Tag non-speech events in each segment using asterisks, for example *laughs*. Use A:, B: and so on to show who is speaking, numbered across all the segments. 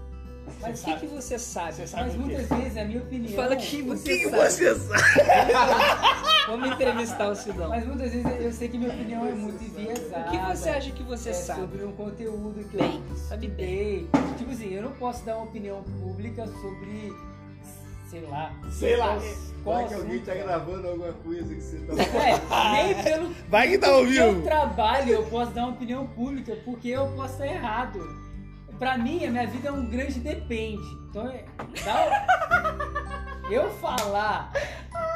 A: você
B: mas o que,
A: sabe.
B: que você sabe?
A: Você sabe
B: mas
A: o quê?
B: muitas vezes, é a minha opinião.
C: Fala que
B: você
C: você
B: sabe.
D: sabe?
B: Vamos entrevistar o Sidão. Ah,
A: Mas muitas vezes eu sei que minha opinião é muito enviesada.
B: o que você acha que você
A: é
B: sabe?
A: sobre um conteúdo que
B: Bem,
A: eu
B: sabe
A: estudei. Tipo assim, eu não posso dar uma opinião pública sobre, sei lá.
D: Sei lá.
A: Qual
E: Vai que alguém
A: assunto,
E: tá
A: cara?
E: gravando alguma coisa que você tá.
A: É, nem pelo
D: Vai que tá ao
A: meu
D: vivo.
A: trabalho eu posso dar uma opinião pública, porque eu posso estar errado. Pra mim, a minha vida é um grande depende. Então, é- dá
B: *laughs*
A: o- eu falar,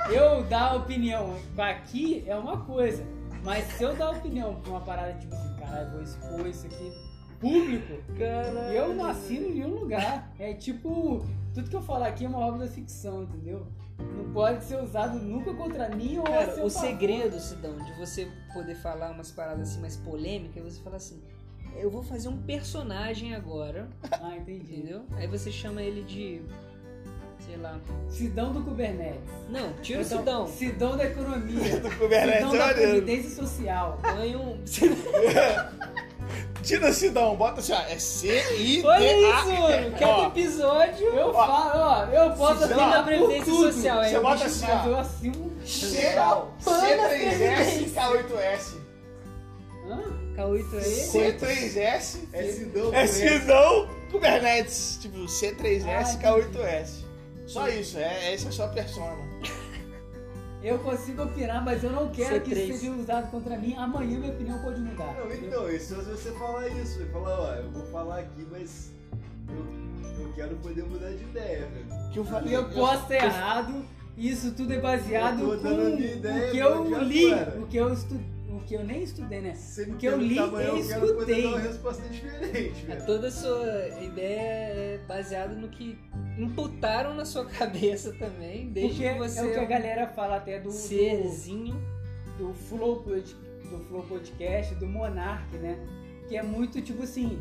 A: eu dar opinião aqui é uma coisa. Mas se eu dar opinião pra uma parada tipo assim, caralho, vou expor isso aqui público,
B: Caralho.
A: eu não assino em nenhum lugar. É tipo, tudo que eu falar aqui é uma obra da ficção, entendeu? Não pode ser usado nunca contra mim ou a
B: Cara,
A: seu
B: o
A: favor.
B: segredo, Sidão, de você poder falar umas paradas assim mais polêmicas, é você falar assim: eu vou fazer um personagem agora,
A: Ah, entendi.
B: entendeu? Aí você chama ele de. sei lá.
A: Sidão do Kubernetes.
B: Não, tira o
A: Então,
B: Sidão.
A: Sidão da economia.
D: O Kubernetes
A: Sidão
D: é
A: da
D: maneiro.
A: previdência social.
B: Põe um.
D: Tira Sidão, bota assim, ó. É C-I-D-A.
B: Olha
A: é
B: isso, mano.
A: um
B: Cada
D: Ó,
B: episódio.
A: Eu falo, ó, eu posso
D: Sidão
A: assinar
D: da
A: a previdência
B: tudo.
A: social. aí
D: Você
A: eu
D: bota
A: bicho,
D: assim,
A: mas
D: ó.
A: eu assino. um-
D: C-
A: previdência.
D: C3S K8S.
A: Hã?
B: K8 aí.
D: C3S
E: É Sidão.
D: é
E: conhece.
D: Sidão Kubernetes. Tipo, C3S
A: Ah,
D: K8S. Só isso, é, essa é a sua persona.
A: Eu consigo opinar, mas eu não quero que
B: C3.
A: isso seja usado contra mim. Amanhã minha opinião pode mudar.
E: Não, então, e se você falar isso, eu falar, ó, eu vou falar aqui, mas eu, eu quero poder mudar de ideia, velho.
D: Que eu
A: E
D: falei.
A: eu posso estar errado. Isso tudo é baseado
E: Eu tô dando a
A: com
E: minha ideia,
A: o que
E: mas
A: eu
E: já
A: li,
E: era.
A: o que eu estudei. O que eu nem estudei, né?
E: Se
A: O que eu li,
E: amanhã,
A: eu
E: eu quero poder
A: escutei.
E: dar uma resposta diferente, velho.
B: Toda a sua ideia é baseada no que imputaram na sua *laughs* cabeça também, desde
A: Porque
B: que você
A: é o que a
B: um
A: galera fala até do- do
B: serzinho.
A: do Flow, Pod- do Flow Podcast, do Monark, né? Que é muito tipo assim,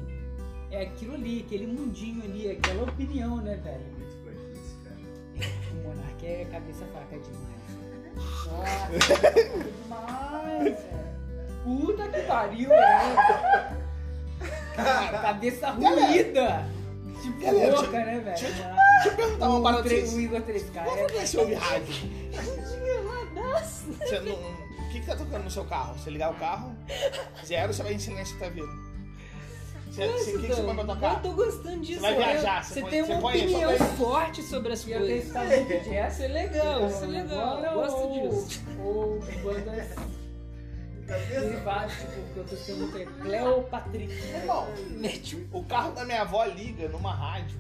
A: é aquilo ali, aquele mundinho ali, aquela opinião, né, velho?
E: Muito difícil, cara.
A: O Monark é cabeça fraca demais. Nossa, cabeça fraca demais, velho. Puta que pariu, velho. Cara, Cabeça ruída. Tipo
D: Galera,
A: louca, né, velho? Um
D: deixa Deixa eu perguntar uma
A: O
D: parada assim, pra
A: tre- o
D: vocês.
A: Igor 3K é
D: Como é que você ouve rádio? Você não- O que, que tá tocando no seu carro? Você ligar o carro, zero, você vai em silêncio até vida. Você, você, É, o que, que você põe pra
B: eu
D: tocar?
B: tô gostando disso.
D: vai
B: né?
D: viajar, você
B: você
D: põe-
B: tem
D: você
B: uma
D: põe-
B: opinião
D: só põe-
B: forte sobre as
A: E eu tenho
B: coisas.
A: estado muito de essa.
B: Isso é legal, isso é legal. Eu gosto disso. *laughs*
A: Ou bandas
E: Cabeça.
A: derivadas, tipo, que eu tô sendo muito é Cleopatrick.
B: É
D: Irmão,
B: Mete um
D: o carro da minha avó liga numa rádio.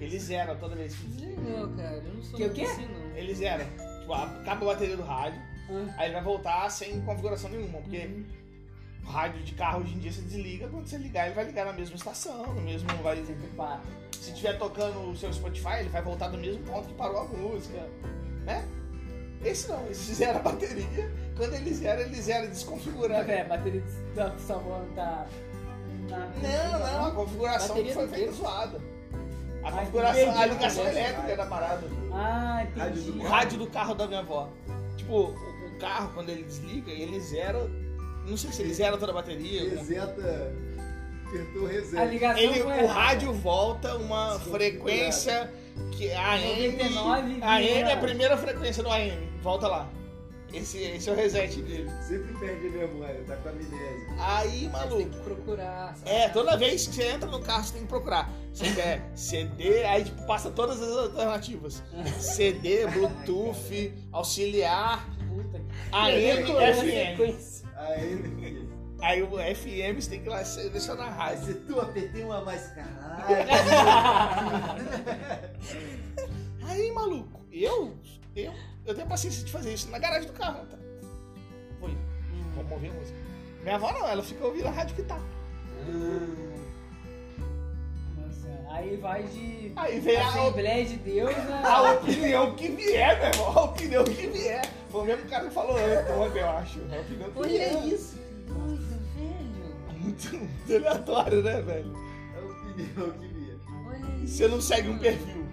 D: Ele zera toda vez.
B: Legal, cara. Eu não sou
A: Que o
B: muito
A: quê?
B: assim, não.
D: Ele zera. Tipo, acaba a bateria do rádio,
A: Hum. Uhum.
D: aí ele vai voltar sem configuração nenhuma, porque o rádio de carro hoje em dia você desliga, quando você ligar, ele vai ligar na mesma estação, no mesmo. Vai,
A: Pá.
D: se tiver tocando o seu Spotify, ele vai voltar do mesmo ponto que parou a música, né? Esse não, esse zera a bateria. Quando ele zera, ele zera
A: Tá
D: desconfigurado.
A: vendo? A bateria da Salvando tá. na-
D: Não, não, a configuração
B: Bateria
D: foi
B: do
D: feita
B: quê?
D: zoada. A
A: Ah,
D: configuração, a
A: entendi.
D: ligação
A: Rádio.
D: elétrica da parada.
A: Ah,
E: Rádio do
A: entendi.
D: O rádio do carro da minha avó. Tipo, o, o carro, quando ele desliga, ele zera. Não sei se ele zera toda a bateria. alguma-
E: Reseta. Apertou o
A: A
E: reset.
A: ligação
D: Ele,
A: foi
D: o
A: errada.
D: rádio volta uma
E: Desconfigurado.
D: frequência que a AM.
A: 99,9.
D: A AM é a primeira frequência do AM. Volta lá. Esse, esse é o reset dele.
E: Sempre perde a memória, tá com amnésia.
D: Aí,
B: Você tem que
D: maluco.
B: procurar. sabe?
D: É, toda vez que você entra no carro, você tem que procurar. Você quer CD, aí tipo, passa todas as alternativas. CD, Bluetooth, auxiliar,
A: Puta que-
D: AM,
B: Procurar
D: FM.
B: sequência.
E: Aí ele.
D: Aí o FM você tem que ir lá selecionar a
E: Aí
D: rádio.
E: se tu apertei uma mais caralho. *laughs* É
D: Aí, maluco, eu, eu, eu tenho paciência de fazer isso na garagem do carro, tá? Foi. Vamos ouvir a música. Minha avó não, ela fica ouvindo a rádio que tá.
A: Nossa, Aí vai de.
D: Aí vem É
B: Assim.
D: a,
A: Assembleia de Deus né?
D: a
A: a.
D: opinião que vier, meu irmão. A opinião que vier. Foi o mesmo cara que falou antes, ontem, eu acho. A opinião que vier.
B: Olha isso. que Coisa, velho.
D: Muito, muito aleatório, né, velho?
E: É a opinião que via.
B: Olha isso.
D: Você não segue um
B: mano.
D: perfil.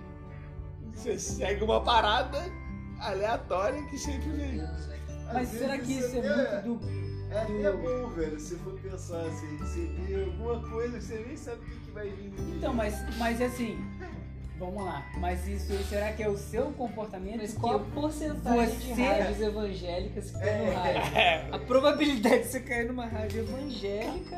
D: Você segue uma parada aleatória que sempre
B: Meu
D: vem.
B: Deus, velho.
E: Às
A: Mas será
E: vezes
A: que isso é muito do.
E: É É
A: do-
E: até bom, velho, se for pensar assim, você vê alguma coisa que você nem sabe o que, que vai vir.
A: Então, mas, mas assim, vamos lá. Mas isso aí, será que é o seu comportamento?
B: Mas
A: que
B: qual
A: eu-
B: a porcentagem de
A: Você-
B: rádios evangélicas que tem
E: É.
B: no rádio? A probabilidade de você cair numa rádio evangélica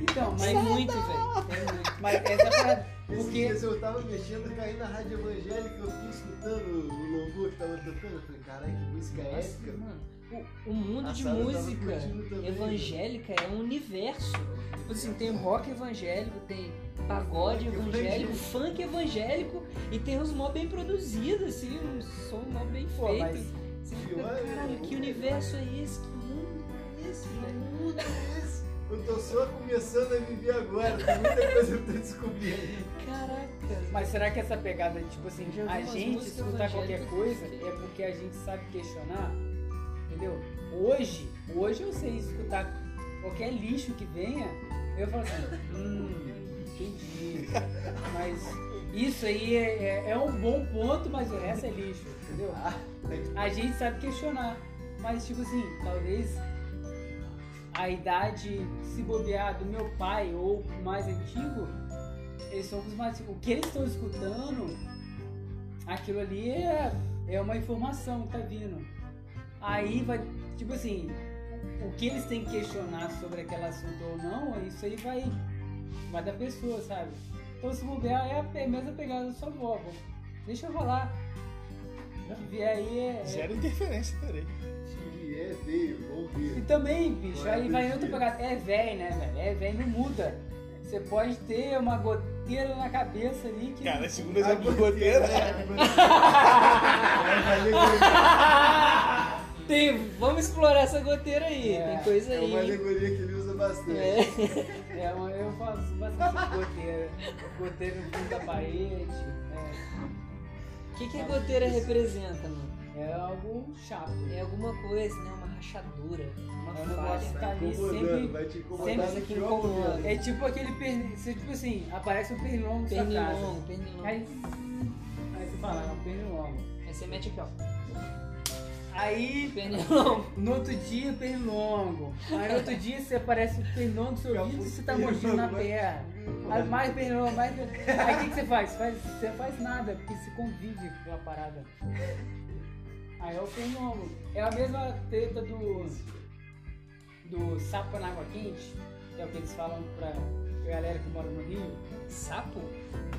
A: Então, mas,
B: tem muito, velho. Tem muito.
A: mas essa é parada.
E: Esses
A: Porque-
E: dias eu tava mexendo, caí na rádio evangélica, eu fiquei escutando o louvor que tava tocando. Eu falei, caralho, que música
B: é- Nossa,
E: épica.
B: mano, o, o mundo
E: A
B: de
D: tá
E: Sara tava
B: música
E: curtindo também, né?
B: evangélica é um universo. Tipo assim, tem rock evangélico, tem pagode
E: Funk
B: evangélico,
E: evangélico.
B: funk evangélico e tem uns mó bem produzidos, assim, um som mó bem
A: Pô,
B: feito.
A: mas
B: Você fica,
E: Pior é-
B: caralho, que universo é esse? Que mundo é esse,
E: Que
B: velho?
E: mundo é esse? Eu tô só começando a viver agora, tem muita coisa pra eu descobrir.
B: Caraca.
A: Mas será que essa pegada, tipo assim,
B: Já ouvi
A: a
B: umas
A: gente
B: músicas
A: escutar qualquer
B: evangélicas
A: coisa
B: que eu
A: é porque a gente sabe questionar, entendeu? Hoje, hoje eu sei escutar qualquer lixo que venha, eu falo assim, hum, entendi. Mas isso aí é, é- é um bom ponto, mas o resto é lixo, entendeu?
B: Ah,
A: A gente sabe questionar, mas tipo assim, talvez a idade, se bobear, do meu pai ou mais antigo, eles são acostumados. O que eles estão escutando, aquilo ali é, é uma informação que tá vindo. Aí vai, tipo assim, o que eles têm que questionar sobre aquele assunto ou não, isso aí vai, vai da pessoa, sabe? Então se bobear é a pe- mesma pegada da sua avó, pô. deixa eu rolar. O que vier aí é. é-
D: Zero interferência, terei.
E: Que é veio, vamos
A: E
E: ver.
A: também, bicho, aí vai em outra
E: Dois
A: pegada. É velho, né, velho? É velho, não muda. Você pode ter uma goteira na cabeça ali que.
D: Cara, segundo exemplo do roteiro. né?
E: É
B: *laughs* Tem, vamos explorar essa goteira aí.
A: É,
B: tem coisa aí.
E: né? uma alegoria que ele usa bastante.
B: É.
A: É, eu- eu faço bastante goteira. Goteira no fundo da parede. né?
B: O que, que a goteira representa, mano?
A: É, algo chato.
B: É alguma coisa, né? Uma rachadura, uma né?
A: É um
B: falha.
A: negócio-
E: Tá
A: Ali
E: incomodando,
A: sempre-
E: vai te
A: sempre
E: incomodar
A: isso
E: no
B: aqui
E: pior
B: incomoda.
E: momento.
A: É tipo aquele pernil. Você, tipo assim, aparece um pernilongo na sua casa.
B: Pernilongo, pernilongo.
A: Aí, aí você fala, é um pernilongo.
B: Aí você mete aqui, ó.
A: Aí
B: Pernilongo.
A: No outro dia, pernilongo. Aí no outro dia, você aparece o pernilongo do seu ouvido e você tá mordido na terra. Aí mais pernilongo, mais pernilongo. Aí o que, que você faz? faz? Você não faz nada, porque se convive com a parada. Aí é o pernilongo. É a mesma treta do. do sapo na água quente, que é o que eles falam pra galera que mora no Rio.
B: Sapo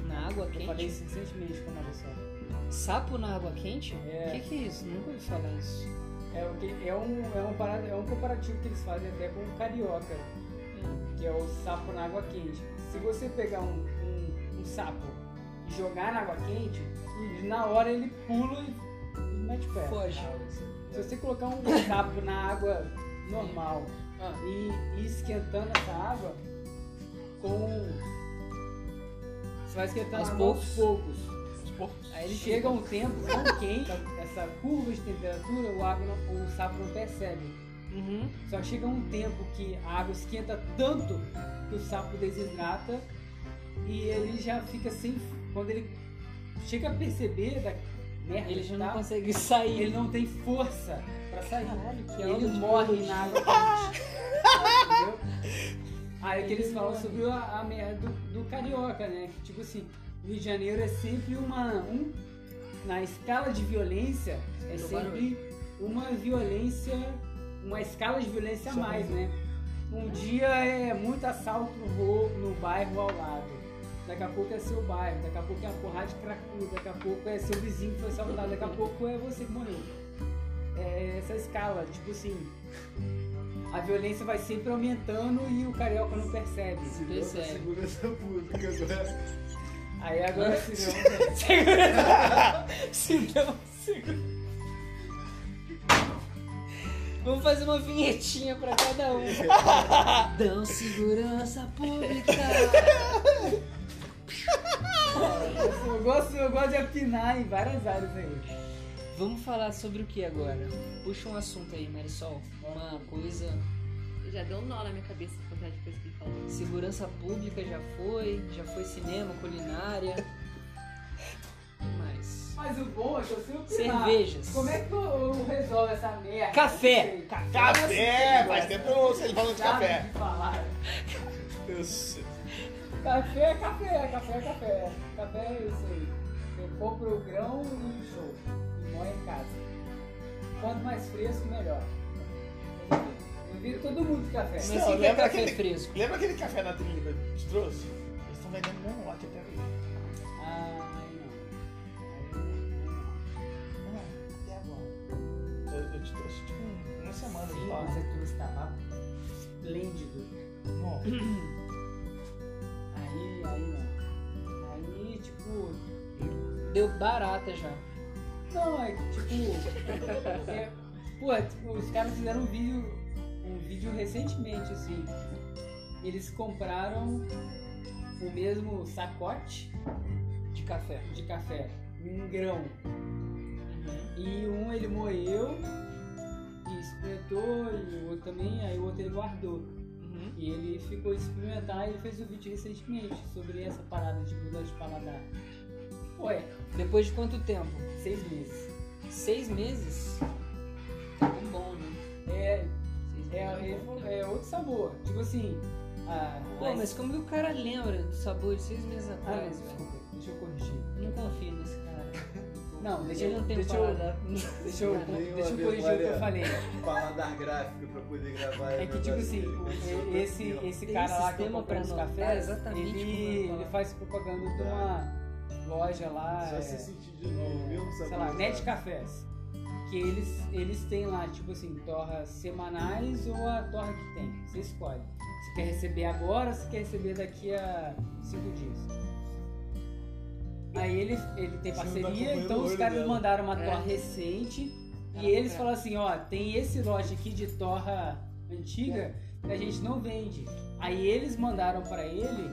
B: na água
A: Eu falei
B: quente?
A: isso recentemente com uma pessoa.
B: Sapo na água quente?
A: É.
B: O que, que é isso? Nunca ouvi falar isso.
A: É, o que, é, um, é, um parada, é um comparativo que eles fazem até com o carioca. que é o sapo na água quente. Se você pegar um, um- um sapo e jogar na água quente, ele- na hora ele pula e, e mete o pé.
B: Foge.
A: Se você colocar um sapo na água normal
B: Ah.
A: e, e esquentando essa água, com. Você vai esquentando
B: Aos
A: a água aos poucos.
D: Os porcos.
A: Aí ele chega um tempo tão quente, essa curva de temperatura, o, água não- o sapo não percebe.
B: Uhum.
A: Só chega um tempo que a água esquenta tanto que o sapo desidrata e ele já fica sem. Quando ele chega a perceber da merda,
B: Ele
A: que
B: já
A: tá,
B: não consegue sair.
A: ele não tem força pra sair.
B: Caralho, que aula
A: ele
B: de
A: morre
B: biologia.
A: na água *laughs* quente. Entendeu? Aí é que
B: Ele
A: eles falam
B: morre.
A: sobre a, a merda do, do carioca, né? Que tipo assim, o Rio de Janeiro é sempre uma. um- na escala de violência, é
B: Do
A: sempre uma violência, uma escala de violência a
D: Sim.
A: mais, né? Um dia é muito assalto no, ro- no bairro ao lado. Daqui a pouco é seu bairro, daqui a pouco é uma porrada de cracudo, daqui a pouco é seu vizinho que foi assaltado, daqui a pouco é você que morreu. É essa escala, tipo assim, a violência vai sempre aumentando e o carioca não percebe.
E: Segura
A: é.
E: essa
B: Percebe.
E: segurança pública agora.
A: Aí agora se não.
B: *laughs* Se não, segura. Vamos fazer uma vinhetinha pra cada um. *laughs* Dão segurança pública.
A: Eu gosto, eu gosto de apinar em várias áreas aí.
B: Vamos falar sobre o que agora? Puxa um assunto aí, Marisol. Uma coisa.
C: Já deu um nó na minha cabeça por causa de coisa que ele falou.
B: Segurança pública já foi, já foi cinema, culinária. O que mais?
A: Mas o bom é que eu sei opinar.
B: Cervejas.
A: Como é que eu, eu resolvo essa merda?
B: Café.
A: Eu não sei.
D: Café! Faz tempo que eu não ouço ele falando de
A: Sabe
D: café.
A: de falar.
D: Eu sei.
A: Café, café, café, café. Café é isso aí. Eu compro o grão e show. E moe em casa. Quanto mais fresco, melhor. Eu vi todo mundo de café.
B: Mas
D: Não,
B: o que é
D: lembra
B: café
D: aquele-
B: fresco?
D: Lembra aquele café na trilha que eu te trouxe? Eles estão vendendo mesmo lote até hoje.
A: Ah, aí não. Aí não.
D: Não, até agora. Eu, eu te trouxe tipo um- uma semana
B: Sim,
D: só.
B: mas aquilo estava esplêndido.
D: Bom,
A: Aí, aí não. Aí, tipo.
B: Deu barata já.
A: Não, é que, tipo. é- pô, tipo, os caras fizeram um vídeo. Um vídeo recentemente, assim. Eles compraram o mesmo sacote
B: De café.
A: de café, um grão. E um ele moeu e experimentou, e o outro também, aí o outro ele guardou.
B: Uhum.
A: E ele ficou de experimentar e ele fez um vídeo recentemente sobre essa parada de mudar de paladar. Ué,
B: Depois de quanto tempo?
A: seis meses.
B: Seis meses?
C: Tá com bom, né?
A: É,
B: Seis
A: é,
B: meses. tá
A: é, é outro sabor. Tipo assim. A,
B: Pô, mas como que o cara lembra do sabor de seis meses
A: Ah, não,
B: atrás, velho?
A: desculpa, deixa eu corrigir.
B: Não confio nesse cara.
A: Não, deixa
B: Ele
A: eu.
B: não tem
A: Deixa eu,
B: paladar.
A: deixa eu,
E: Tem uma
A: deixa eu corrigir o que eu
E: memória.
A: falei.
E: Paladar gráfico pra poder gravar.
A: É que, tipo assim, o- e- esse, esse
B: Tem
A: cara lá que eu
B: sistema
A: comprei
B: pra
A: os
B: anotar
A: cafés,
B: exatamente como eu
A: ele,
B: falo.
A: ele faz propaganda de uma loja lá,
E: Só
A: é,
E: se sentir de novo, mesmo sabor.
A: sei lá,
E: sabe?
A: Net Cafés, que eles, eles têm lá, tipo assim, torras semanais ou a torra que tem, você escolhe. Você quer receber agora ou você quer receber daqui a cinco dias? Aí ele, ele tem
D: Você não tá
A: parceria,
D: acompanhando o
A: então os
D: olho
A: caras
D: dela.
A: mandaram uma
B: É.
A: torra recente
B: Ela
A: e eles
B: compra.
A: falam assim, ó, tem esse lote aqui de torra antiga que a gente não vende. Aí eles mandaram pra ele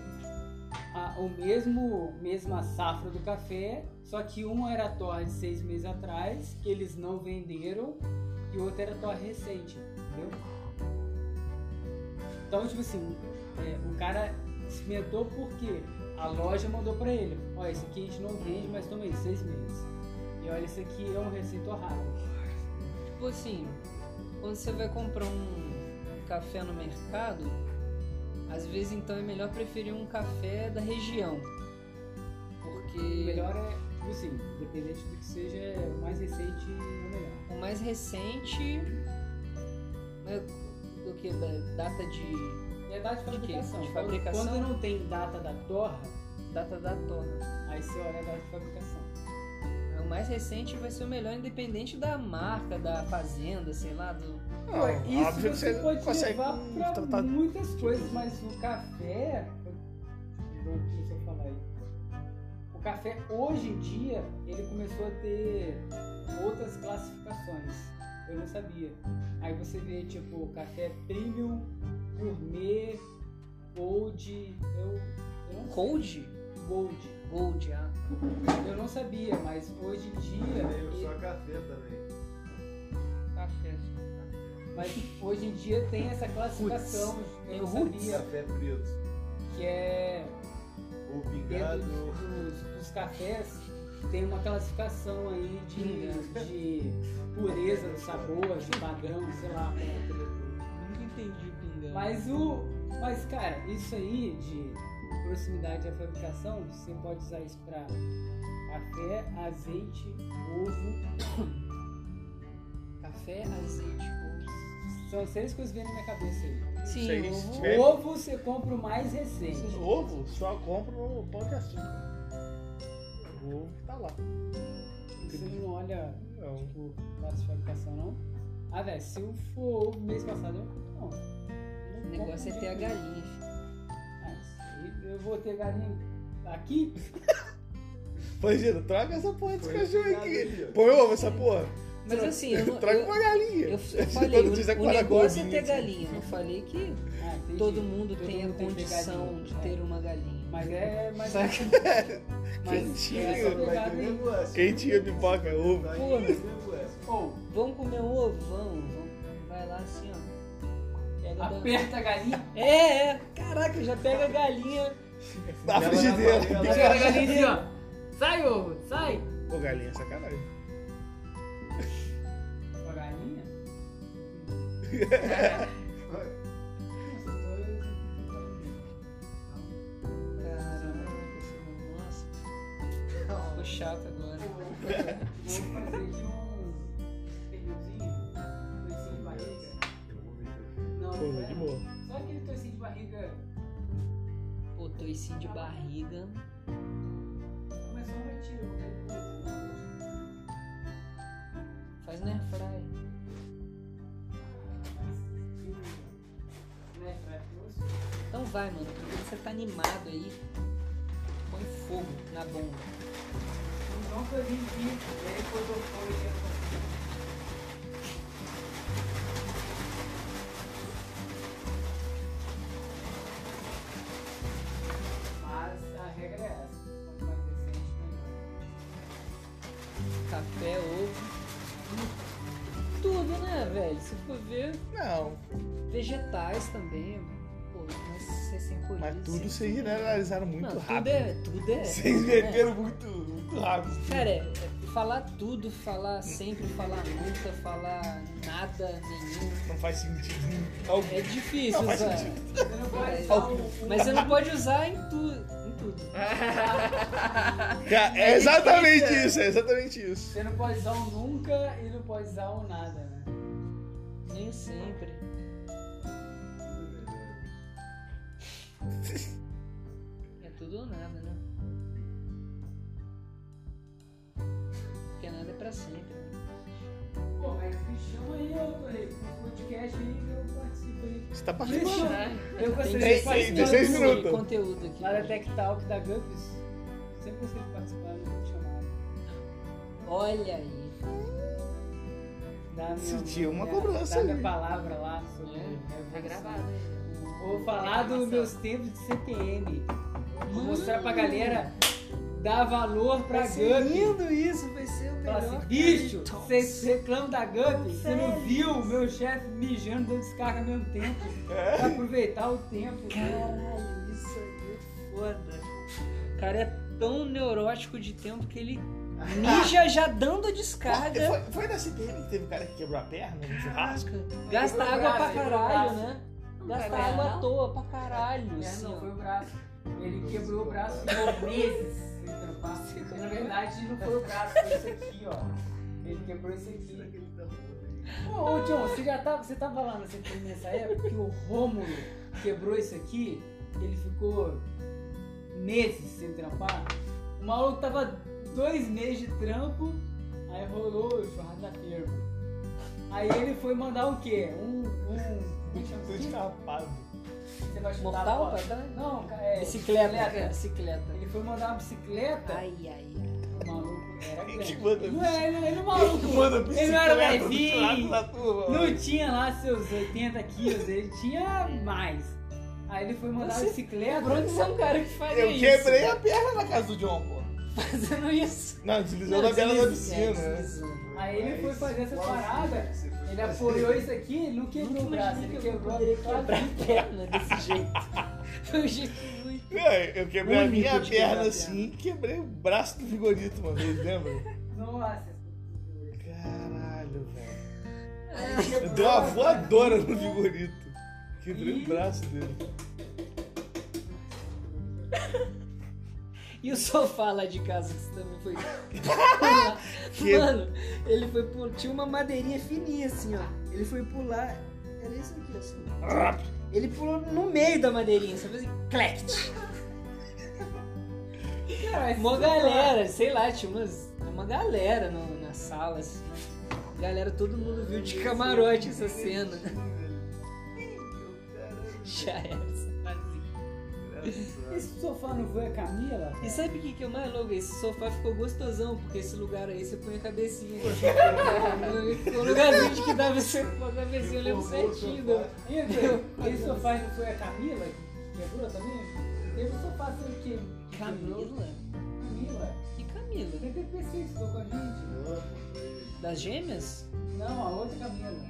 A: a, o mesmo mesma safra do café, só que uma era torre de seis meses atrás que eles não venderam e outra era torre recente, entendeu? Então tipo assim, é, o cara experimentou porque a loja mandou pra ele, ó, esse aqui a gente não vende, mas toma aí seis meses. E olha, esse aqui é um receito raro.
B: Tipo assim, quando você vai comprar um café no mercado, às vezes então é melhor preferir um café da região. Porque
A: O melhor é, tipo assim, independente do que seja, é o mais recente é o melhor.
B: o mais recente né, do que da data de
A: E a data de
B: De quê?
A: fabricação.
B: De fabricação?
A: Quando não tem data da torra,
B: data da torna.
A: aí você olha a data de fabricação.
B: O mais recente vai ser o melhor independente da marca, da fazenda, sei lá, do
A: Pô, isso
D: óbvio que
A: você pode
D: consegue
A: levar pra
D: tratar-
A: muitas coisas, mas o café. Não deixa eu falar aí. O café hoje em dia ele começou a ter outras classificações. Eu não sabia. Aí você vê tipo café premium, gourmet, gold. Eu, eu não
B: Gold?
A: gold.
B: Gold, ah.
A: Eu não sabia, mas hoje em dia.
E: Tem
A: ele- tá
E: Só café também.
B: Café.
A: mas hoje em dia tem essa classificação.
B: tem
A: eu não
B: roots.
A: sabia
E: Café preto.
A: que é
E: Ou
A: dentro
E: pingado.
A: dos, dos cafés tem uma classificação aí de, de pureza do sabor, de padrão, sei lá.
B: Nunca entendi o é. pingão.
A: Mas o. Mas cara, isso aí de proximidade à fabricação, você pode usar isso pra café, azeite, ovo.
B: Café, azeite, ovo.
A: São as três coisas que vêm na minha cabeça aí.
B: Sim,
D: Sei, se
B: ovo.
D: tiver- É.
A: O ovo você compra o mais recente.
D: Ovo só compro no pão de açúcar. O ovo que tá lá.
A: Você não olha
D: Não.
A: tipo, data de fabricação não. Ah, velho, se eu for ovo mês passado, eu não.
B: O negócio é ter a galinha. filho.
A: Mas eu vou ter galinha aqui?
D: Imagina, traga essa porra desse
E: Põe
D: cachorro
E: pingado
D: aqui.
E: ali, ó.
D: Põe ovo essa porra.
B: Mas assim,
A: *laughs*
B: eu não.
D: Traga
B: eu-
D: uma galinha.
B: Eu, eu
D: Todo
B: falei, o,
D: dia você
B: o
D: acorda
B: negócio é
D: gordinho,
B: ter
D: assim.
B: galinha. Eu não falei que
A: Ah, entendi.
B: todo mundo
A: Todo
B: tem a
A: mundo tem que ter
B: condição
A: galinha,
B: de
A: é.
B: ter uma galinha.
A: Mas é. Mas é.
B: Saca?
A: Mas é essa
D: Quentinho.
A: pegada aí.
D: Quentinho de pipoca, ovo.
A: Ou,
B: Vamos comer um ovo? Vamos, vamos. Vai lá assim, ó. Pega da-
A: aperta a galinha.
B: *laughs* É, é. Caraca, já pega a galinha.
D: Na frigideira.
E: Ela na panela.
A: Pega a galinha assim, ó. Sai, ovo, sai.
D: Ô, galinha, é sacanagem.
A: Uma galinha?
B: Nossa, ficou chato agora.
A: Vou fazer de um períodozinho, um toicinho de barriga. Não,
D: Pô,
A: não
D: velho, de
A: é.
D: boa.
A: Só aquele toicinho de barriga,
B: Pô, toicinho de barriga.
A: mas só um retiro, qualquer coisa.
B: Faz na airfryer.
A: Né, Fred?
B: Então vai, mano. Porque você tá animado aí. Põe fogo na bomba.
A: Então, toicinho de bico, e aí depois é eu vou e eu Mas a regra é essa. Quanto mais recente, melhor.
B: Café, ovo. Tudo, né, velho? Se for ver,
D: Não,
B: vegetais também. Pô, mas você sem coisa.
D: mas tudo
B: sem-
D: vocês generalizaram muito
B: Não,
D: rápido. né?
B: tudo é. Tudo é.
D: Vocês
B: tudo é.
D: beberam muito, muito rápido.
B: Cara, é- é falar tudo, falar sempre, falar nunca, falar nada nenhum.
D: Não faz sentido nenhum.
B: É difícil
D: Não faz
B: usar.
D: sentido.
A: Você não pode dar o- o-
B: Mas você não pode usar em tudo. Em tudo.
D: Cara, É exatamente isso, é exatamente isso.
A: Você não pode usar um nunca e não pode usar um nada, né?
B: Nem sempre. É tudo ou nada, né? Porque nada é pra sempre. né?
A: Pô, mas me chama aí, eu tô aí, pro podcast aí que eu participo aí.
D: Você tá
A: Me
D: participando.
A: chama. Eu
B: Tem
A: gostaria
D: Ei,
A: de
D: ei,
A: participar.
D: tem seis
A: do-
D: minutos.
B: conteúdo aqui.
A: Lá da Tech Talk da Gubs, sempre gostei de um participar, não me chamaram.
B: Olha aí.
A: Dá a minha-
D: Sentiu uma
A: minha-
D: cobrança
A: dá a
D: aí.
A: minha palavra lá sobre.
B: É,
A: a evolução.
C: Tá gravado aí.
A: Vou falar dos meus tempos de CTM. Vou mostrar pra galera dar valor pra
B: Hum. Vai ser
A: Gubs.
B: lindo isso, vai ser o
A: Fala
B: melhor.
A: assim, bicho, vocês reclamam da Gup, você não viu o meu chefe mijando dando descarga ao mesmo tempo. Pra aproveitar o tempo.
B: Caralho, isso aí é foda. O cara é tão neurótico de tempo que ele mija já dando descarga.
D: É, Foi, foi na CPM que teve o cara que quebrou a perna no churrasco?
B: Gasta
A: Quebrou o
B: água pra
A: braço, quebrou o
B: caralho,
A: braço.
B: né?
C: Não
B: Gasta
C: vai ganhar,
B: água à
C: não?
B: toa pra caralho.
A: É,
B: assim, ó.
A: não, foi o braço. Ele quebrou o braço por meses sem trampar. Na verdade, não foi o braço, foi isso aqui, ó. Ele quebrou isso aqui. Ô, ô John, você já tava, você tava lá na CPI nessa época que o Rômulo quebrou isso aqui, ele ficou meses sem trampar. O maluco tava dois meses de trampo, aí rolou o churrasco da firma. Aí ele foi mandar o quê? Um. um como é que chama isso
D: Tô
A: aqui?
D: escapado.
A: Você vai chutar a
B: Mortal,
A: bola?
B: tá?
A: Não, ca- é.
B: Bicicleta, cara, bicicleta.
A: Ele foi mandar uma bicicleta.
B: Ai, ai, ai.
A: O maluco era
D: Quem
A: grande.
D: que manda
A: Não é, ele, ele é
D: *laughs*
A: maluco. Ele não era
D: bicicleta no
A: levinho.
D: churrasco da turma?
A: Não tinha lá seus 80 quilos, ele tinha mais. Aí ele foi mandar
B: Você
A: uma bicicleta.
B: Bruno, você é um cara que faz
D: Eu
B: isso.
D: quebrei a perna na casa do John, pô.
B: Fazendo isso.
D: Não, deslizou na perna da piscina.
B: é,
D: né?
A: Aí ele foi fazer essa parada, ele apoiou isso aqui, ele não quebrou o braço, ele quebrou a
B: Quebrar
A: bicicleta.
B: a perna *laughs* desse jeito. Foi um jeito muito...
D: Não, eu quebrei a
B: Único
D: minha
B: de quebrar a
D: perna
B: perna.
D: assim e quebrei o braço do Vigorito uma vez, lembra?
A: Nossa.
D: Caralho, velho.
A: Aí ele
D: Eu dei uma
A: quebrou.
D: voadora no Vigorito. Quebrei o braço dele.
B: E o sofá lá de casa que você também foi.
D: *laughs* Que-
B: Mano, ele foi pular. Tinha uma madeirinha fininha assim, ó. Ele foi pular. Era isso aqui, assim. Ele pulou no meio da madeirinha, só fez assim, clect.
A: Cara, esse
B: Uma
A: sofá-
B: galera, sei lá, tinha umas. Uma galera no- na sala, assim. Galera, todo mundo viu de camarote essa cena. *laughs* Já era essa fase.
A: *laughs* Esse sofá não foi a Camila?
B: E sabe o que, que é o mais louco? Esse sofá ficou gostosão, porque esse lugar aí você põe a cabecinha. Ficou um lugarzinho de que dava você pôr a cabecinha, eu lembro certinho. né? da-
A: Então, esse sofá não foi a Camila que quebrou também? Teve um sofá assim que que quebrou.
B: Camila?
A: Camila?
B: Que Camila?
A: Tem TPC que estudou com a gente.
B: Das gêmeas?
A: Não, a outra Camila.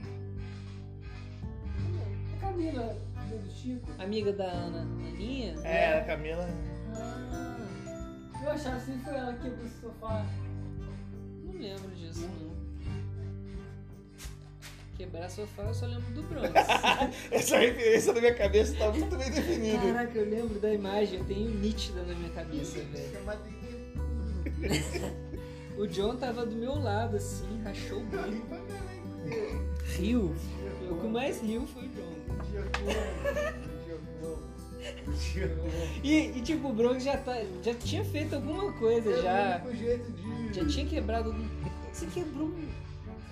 A: A Camila do Chico.
B: Amiga da Ana. Aninha?
D: É, a Camila.
B: Ah,
A: Eu achava que sempre foi ela que quebrou esse sofá.
B: lembro disso, não. Quebrar sofá eu só lembro do Bronx. *laughs*
D: Essa referência na minha cabeça tá muito bem definida.
B: Caraca, eu lembro da imagem, eu tenho nítida na minha cabeça,
E: é
B: velho.
E: Chamado de
B: O John tava do meu lado, assim, rachou o bico.
E: Giacommo.
B: Riu? O que mais riu foi o John.
A: *laughs*
E: Giacommo. Giacommo.
B: E, e, tipo, o Bronx já, tá, já tinha feito alguma coisa,
E: É
B: já,
E: o único jeito de...
B: já tinha quebrado algum... Você quebrou um...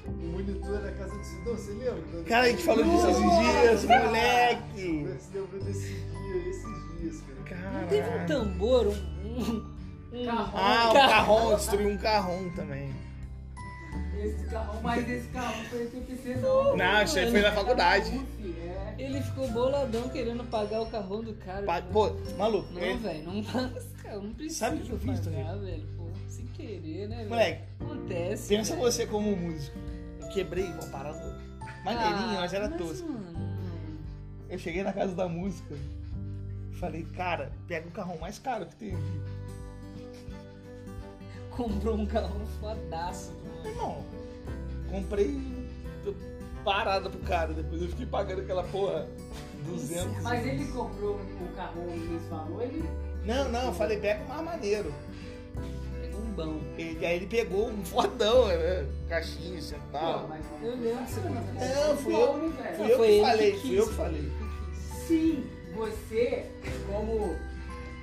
E: O monitor da casa do Sidão, você lembra? Quando-
D: Cara, a gente falou disso esses dias, moleque.
E: Você lembrou desse dia, esses dias, cara.
B: Não teve um
D: Caraca.
B: tambor, um... um- um-
A: Carro.
D: Ah, o carrão, destruiu um carrão também.
A: Esse carro, mas esse carro foi o que eu pensei, não.
D: Não, isso aí foi na faculdade.
A: É.
B: Ele ficou boladão querendo pagar o carrão do cara.
D: Pa- Pô, maluco,
B: Não,
D: ele-
B: velho, não cara, não precisa
D: Sabe o que eu fiz,
B: pagar, velho. Pô, sem querer, né, velho?
D: moleque,
B: Acontece,
D: pensa
B: velho.
D: você como um músico. Eu quebrei uma parada maneirinha, mas
B: Ah,
D: era tosca.
B: mano,
D: Eu cheguei na casa da música, falei, cara, pega o carrão mais caro que tem aqui.
B: Comprou um carrão fodaço, mano.
D: Irmão, comprei parada pro cara, depois eu fiquei pagando aquela porra 200.
A: Mas ele comprou o carro nesse valor, ele.
D: Não, não, eu falei, pega o mais maneiro.
B: Pegou um bão.
D: Ele- aí ele pegou um fodão, né? caixinha,
A: Pô,
D: centavo.
A: mas não-
B: Eu lembro que você comprou.
D: Não, fui Tá. É, eu.
A: Como, velho?
D: Fui É, eu
B: Foi
D: que
B: ele
D: falei,
B: que
D: fui
B: quis,
D: eu que falei.
A: Sim, você, como.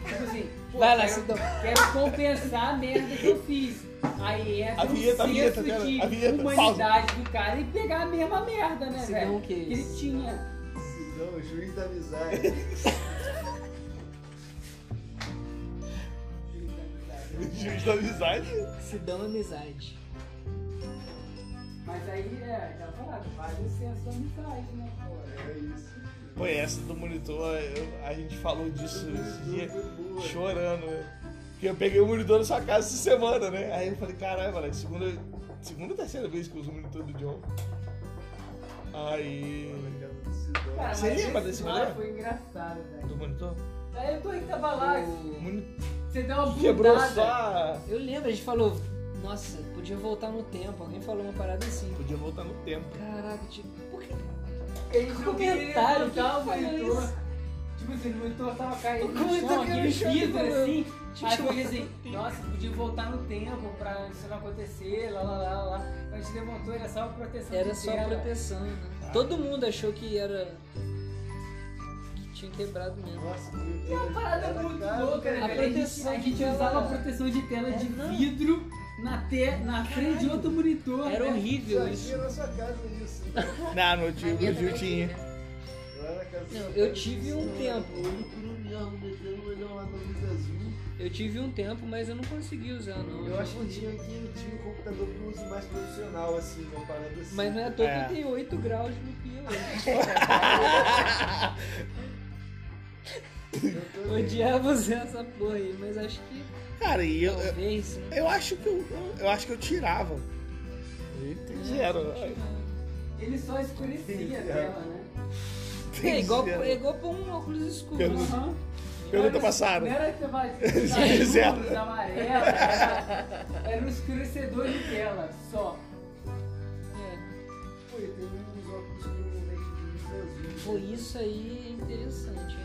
A: Tipo assim, pô,
B: Vai lá,
A: quero,
B: Sidão.
A: quero compensar a merda que eu fiz. Aí entra
D: A
A: um
D: vinheta, a vinheta,
A: senso
D: pera,
A: de
D: a vinheta,
A: humanidade do cara e pegar a mesma merda, né,
B: Sidão
A: velho?
B: que
A: ele
B: isso.
A: tinha.
E: Sidão, o é juiz da amizade. né?
D: *laughs* Juiz da amizade.
B: Se dão amizade.
A: Mas aí é, já falado, faz o senso da amizade, né, pô?
E: É isso.
D: Pô, essa do monitor, eu- a gente falou disso esse dia,
E: Foi boa.
D: chorando, né? Porque eu peguei o monitor na sua casa essa semana, né? Aí eu falei, caralho, moleque, segunda, segunda ou terceira vez que eu uso o monitor do John. Aí.
E: né? Na casa do Sidão.
A: Cara,
D: Você
A: mas
D: lembra
A: esse
D: desse
A: cara
D: moleque?
A: Foi engraçado, velho.
D: Do monitor?
A: Aí eu tô aí, tava lá,
D: O monitor
A: você deu uma
D: quebrou
A: bundada.
D: só. a-
B: Eu lembro, a gente falou, nossa, podia voltar no tempo. Alguém falou uma parada assim.
D: Podia voltar no tempo.
B: Caraca, tipo, por que
A: Eles não queriam
B: Comentário,
A: botar tá, o
B: quem falou
A: monitor.
B: isso?
A: Tipo assim, o monitor tava caindo
B: O
A: no chão,
B: monitor caiu no
A: aquele
B: chão,
A: vidro
B: falou,
A: assim.
B: tipo,
A: Aí eu falei assim, nossa, podia voltar no tempo pra isso não acontecer, lá, lá, lá, lá. Então a gente levantou, era só proteção
B: Era
A: de
B: só
A: tela.
B: proteção,
D: Tá.
B: né? Todo mundo achou que era. que tinha quebrado mesmo.
E: Nossa, que
A: Uma parada muito louca, né,
B: A
A: velho?
B: proteção
A: a gente, a gente
B: de tela-
A: usava a proteção de tela
B: É,
A: de
B: não.
A: vidro na, te... na frente de outro monitor.
B: Era
A: né?
B: horrível
E: Já
B: isso.
E: tinha é na sua casa né, isso.
D: Não, no tio, no tio tinha.
E: Lá na casa do
B: Não,
E: Sidão,
B: eu tive um
E: Sidão,
B: tempo.
E: O Lucro já um desenho, ele é uma camisa azul.
B: Eu tive um tempo, mas eu não consegui usar, não.
E: Eu acho que tinha aqui, tinha um computador para uso mais profissional, assim, uma parada assim.
B: Mas não é à toa que
D: É.
B: eu tenho 8 graus no né? pio hoje.
E: Eu tô-
B: Odiava usar essa porra aí, mas acho que
D: Cara, e eu, eu,
B: talvez. né?
D: eu acho que eu, eu, eu acho que eu tirava. E tem zero. né?
A: Ele só escurecia a tela, né?
D: Tem
B: É igual,
D: zero.
B: é igual pôr um óculos escuro.
D: Eu não-
B: Aham.
A: Aham.
D: Pergunta
A: Era-
D: passada.
A: Não era que você assim, vai.
D: *laughs*
A: Era
D: Zero.
A: luz amarela, era, era um escurecedor de tela, só.
B: É.
E: Pô, eu tenho uns óculos com um lente de luz azul.
B: Pô, isso aí é interessante, hein?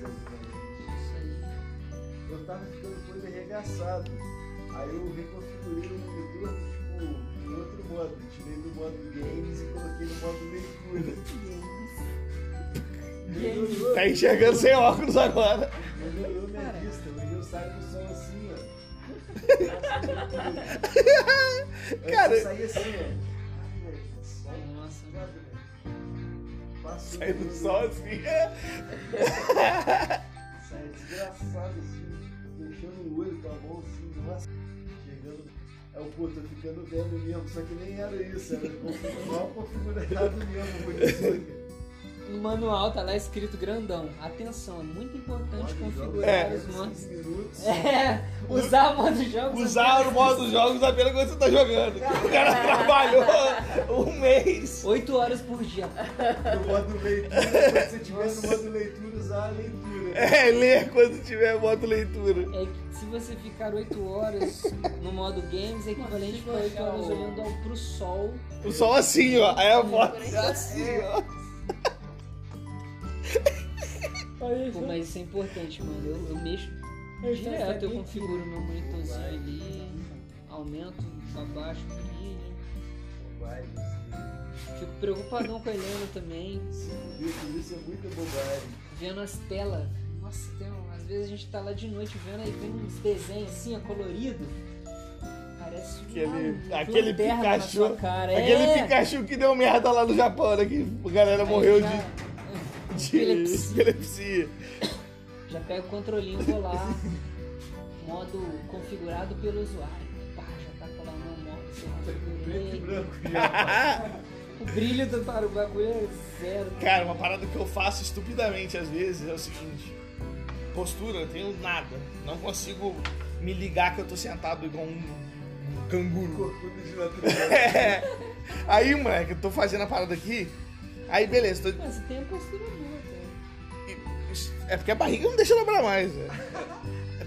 E: Luz azul, né?
B: Isso aí.
E: Eu tava ficando todo arregaçado. Aí eu reconfigurei o monitor, tipo, em outro modo. Tirei do modo games e coloquei no modo leitura. Melhorou,
D: Tá enxergando sem óculos agora.
E: Melhorou minha
B: Cara.
E: vista, mas eu saio do som assim, ó.
D: Cara.
E: Eu saí assim, ó. um Ai, velho, que sol.
B: Nossa.
E: Passou
D: Saindo
E: tudo.
D: sozinho.
E: Sai desgraçado assim, deixando o olho com a mão assim, nossa, chegando. É o pô, tô ficando um velho mesmo, só que nem era isso, era mal configurado mesmo, porque
B: no manual tá lá escrito grandão. Atenção, é muito importante
E: Modo de jogo,
B: configurar
D: É.
B: os modos.
E: 15 minutos.
B: né? É, usar o modo jogos.
D: Usar o modo dos jogos apenas quando você tá jogando. O cara
B: *laughs*
D: trabalhou um mês.
B: 8 horas por dia.
E: No modo leitura, quando você tiver no modo leitura, usar a leitura.
D: É, ler quando tiver modo leitura.
B: É que se você ficar 8 horas no modo games, é equivalente
A: Nossa,
B: para 8 horas
A: legal.
B: olhando ao, pro sol.
D: O sol assim, ó. Aí a foto é assim, ó.
B: Pô, mas isso é importante, mano. Eu, eu mexo direto, eu configuro meu monitorzinho ali, aumento, abaixo, brilho.
E: Bobagem.
B: Fico preocupadão com a Helena também,
E: Se fuder por isso é muita bobagem.
B: vendo as telas. Nossa, tem um- às vezes a gente tá lá de noite vendo aí vem uns desenhos assim, ó, colorido. Parece um
D: Aquele-
B: maluco,
D: aquele
B: lanterna na
D: Pikachu.
B: sua cara.
D: Aquele
B: é.
D: Pikachu que deu merda lá no Japão, né? Que a galera
B: Aí
D: morreu
B: já-
D: de, de
B: epilepsia.
D: epilepsia.
B: Já pega o controlinho, vou lá, modo configurado pelo usuário. Pá, já tá falando no modo, sei lá,
E: Preto e
B: configurei.
E: branco já.
B: O brilho do para o bagulho é zero.
D: Cara, uma parada que eu faço estupidamente às vezes é o seguinte: postura, eu tenho nada. Não consigo me ligar que eu tô sentado igual um, um canguru.
E: Corcudo de natureza.
D: *laughs* É. Aí, moleque, eu tô fazendo a parada aqui. Aí, beleza, tô-
B: Mas você tem a postura boa, cara.
D: é porque a barriga não deixa dobrar mais. né?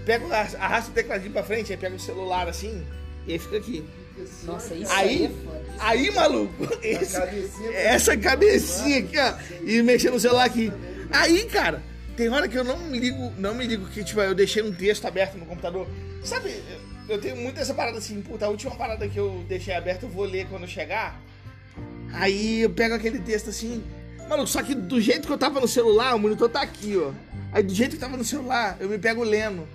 D: Pego, arrasto o tecladinho pra frente, aí pego o celular assim, e aí fica aqui.
E: Fica assim,
B: Nossa,
E: ó,
B: isso
E: cara.
B: aí,
D: Aí-
B: é foda. Isso
D: Aí, maluco, *laughs* esse-
E: A cabecinha pra
D: essa
E: cima,
D: cabecinha aqui, ó, e mexendo no celular aqui.
E: também, né?
D: Aí, cara, tem hora que eu não me ligo, não me ligo que, tipo, eu deixei um texto aberto no computador. Sabe, eu- eu tenho muito essa parada assim, puta, a última parada que eu deixei aberta eu vou ler quando eu chegar. Aí eu pego aquele texto assim, maluco, só que do jeito que eu tava no celular, o monitor tá aqui, ó. Aí do jeito que eu tava no celular, eu me pego lendo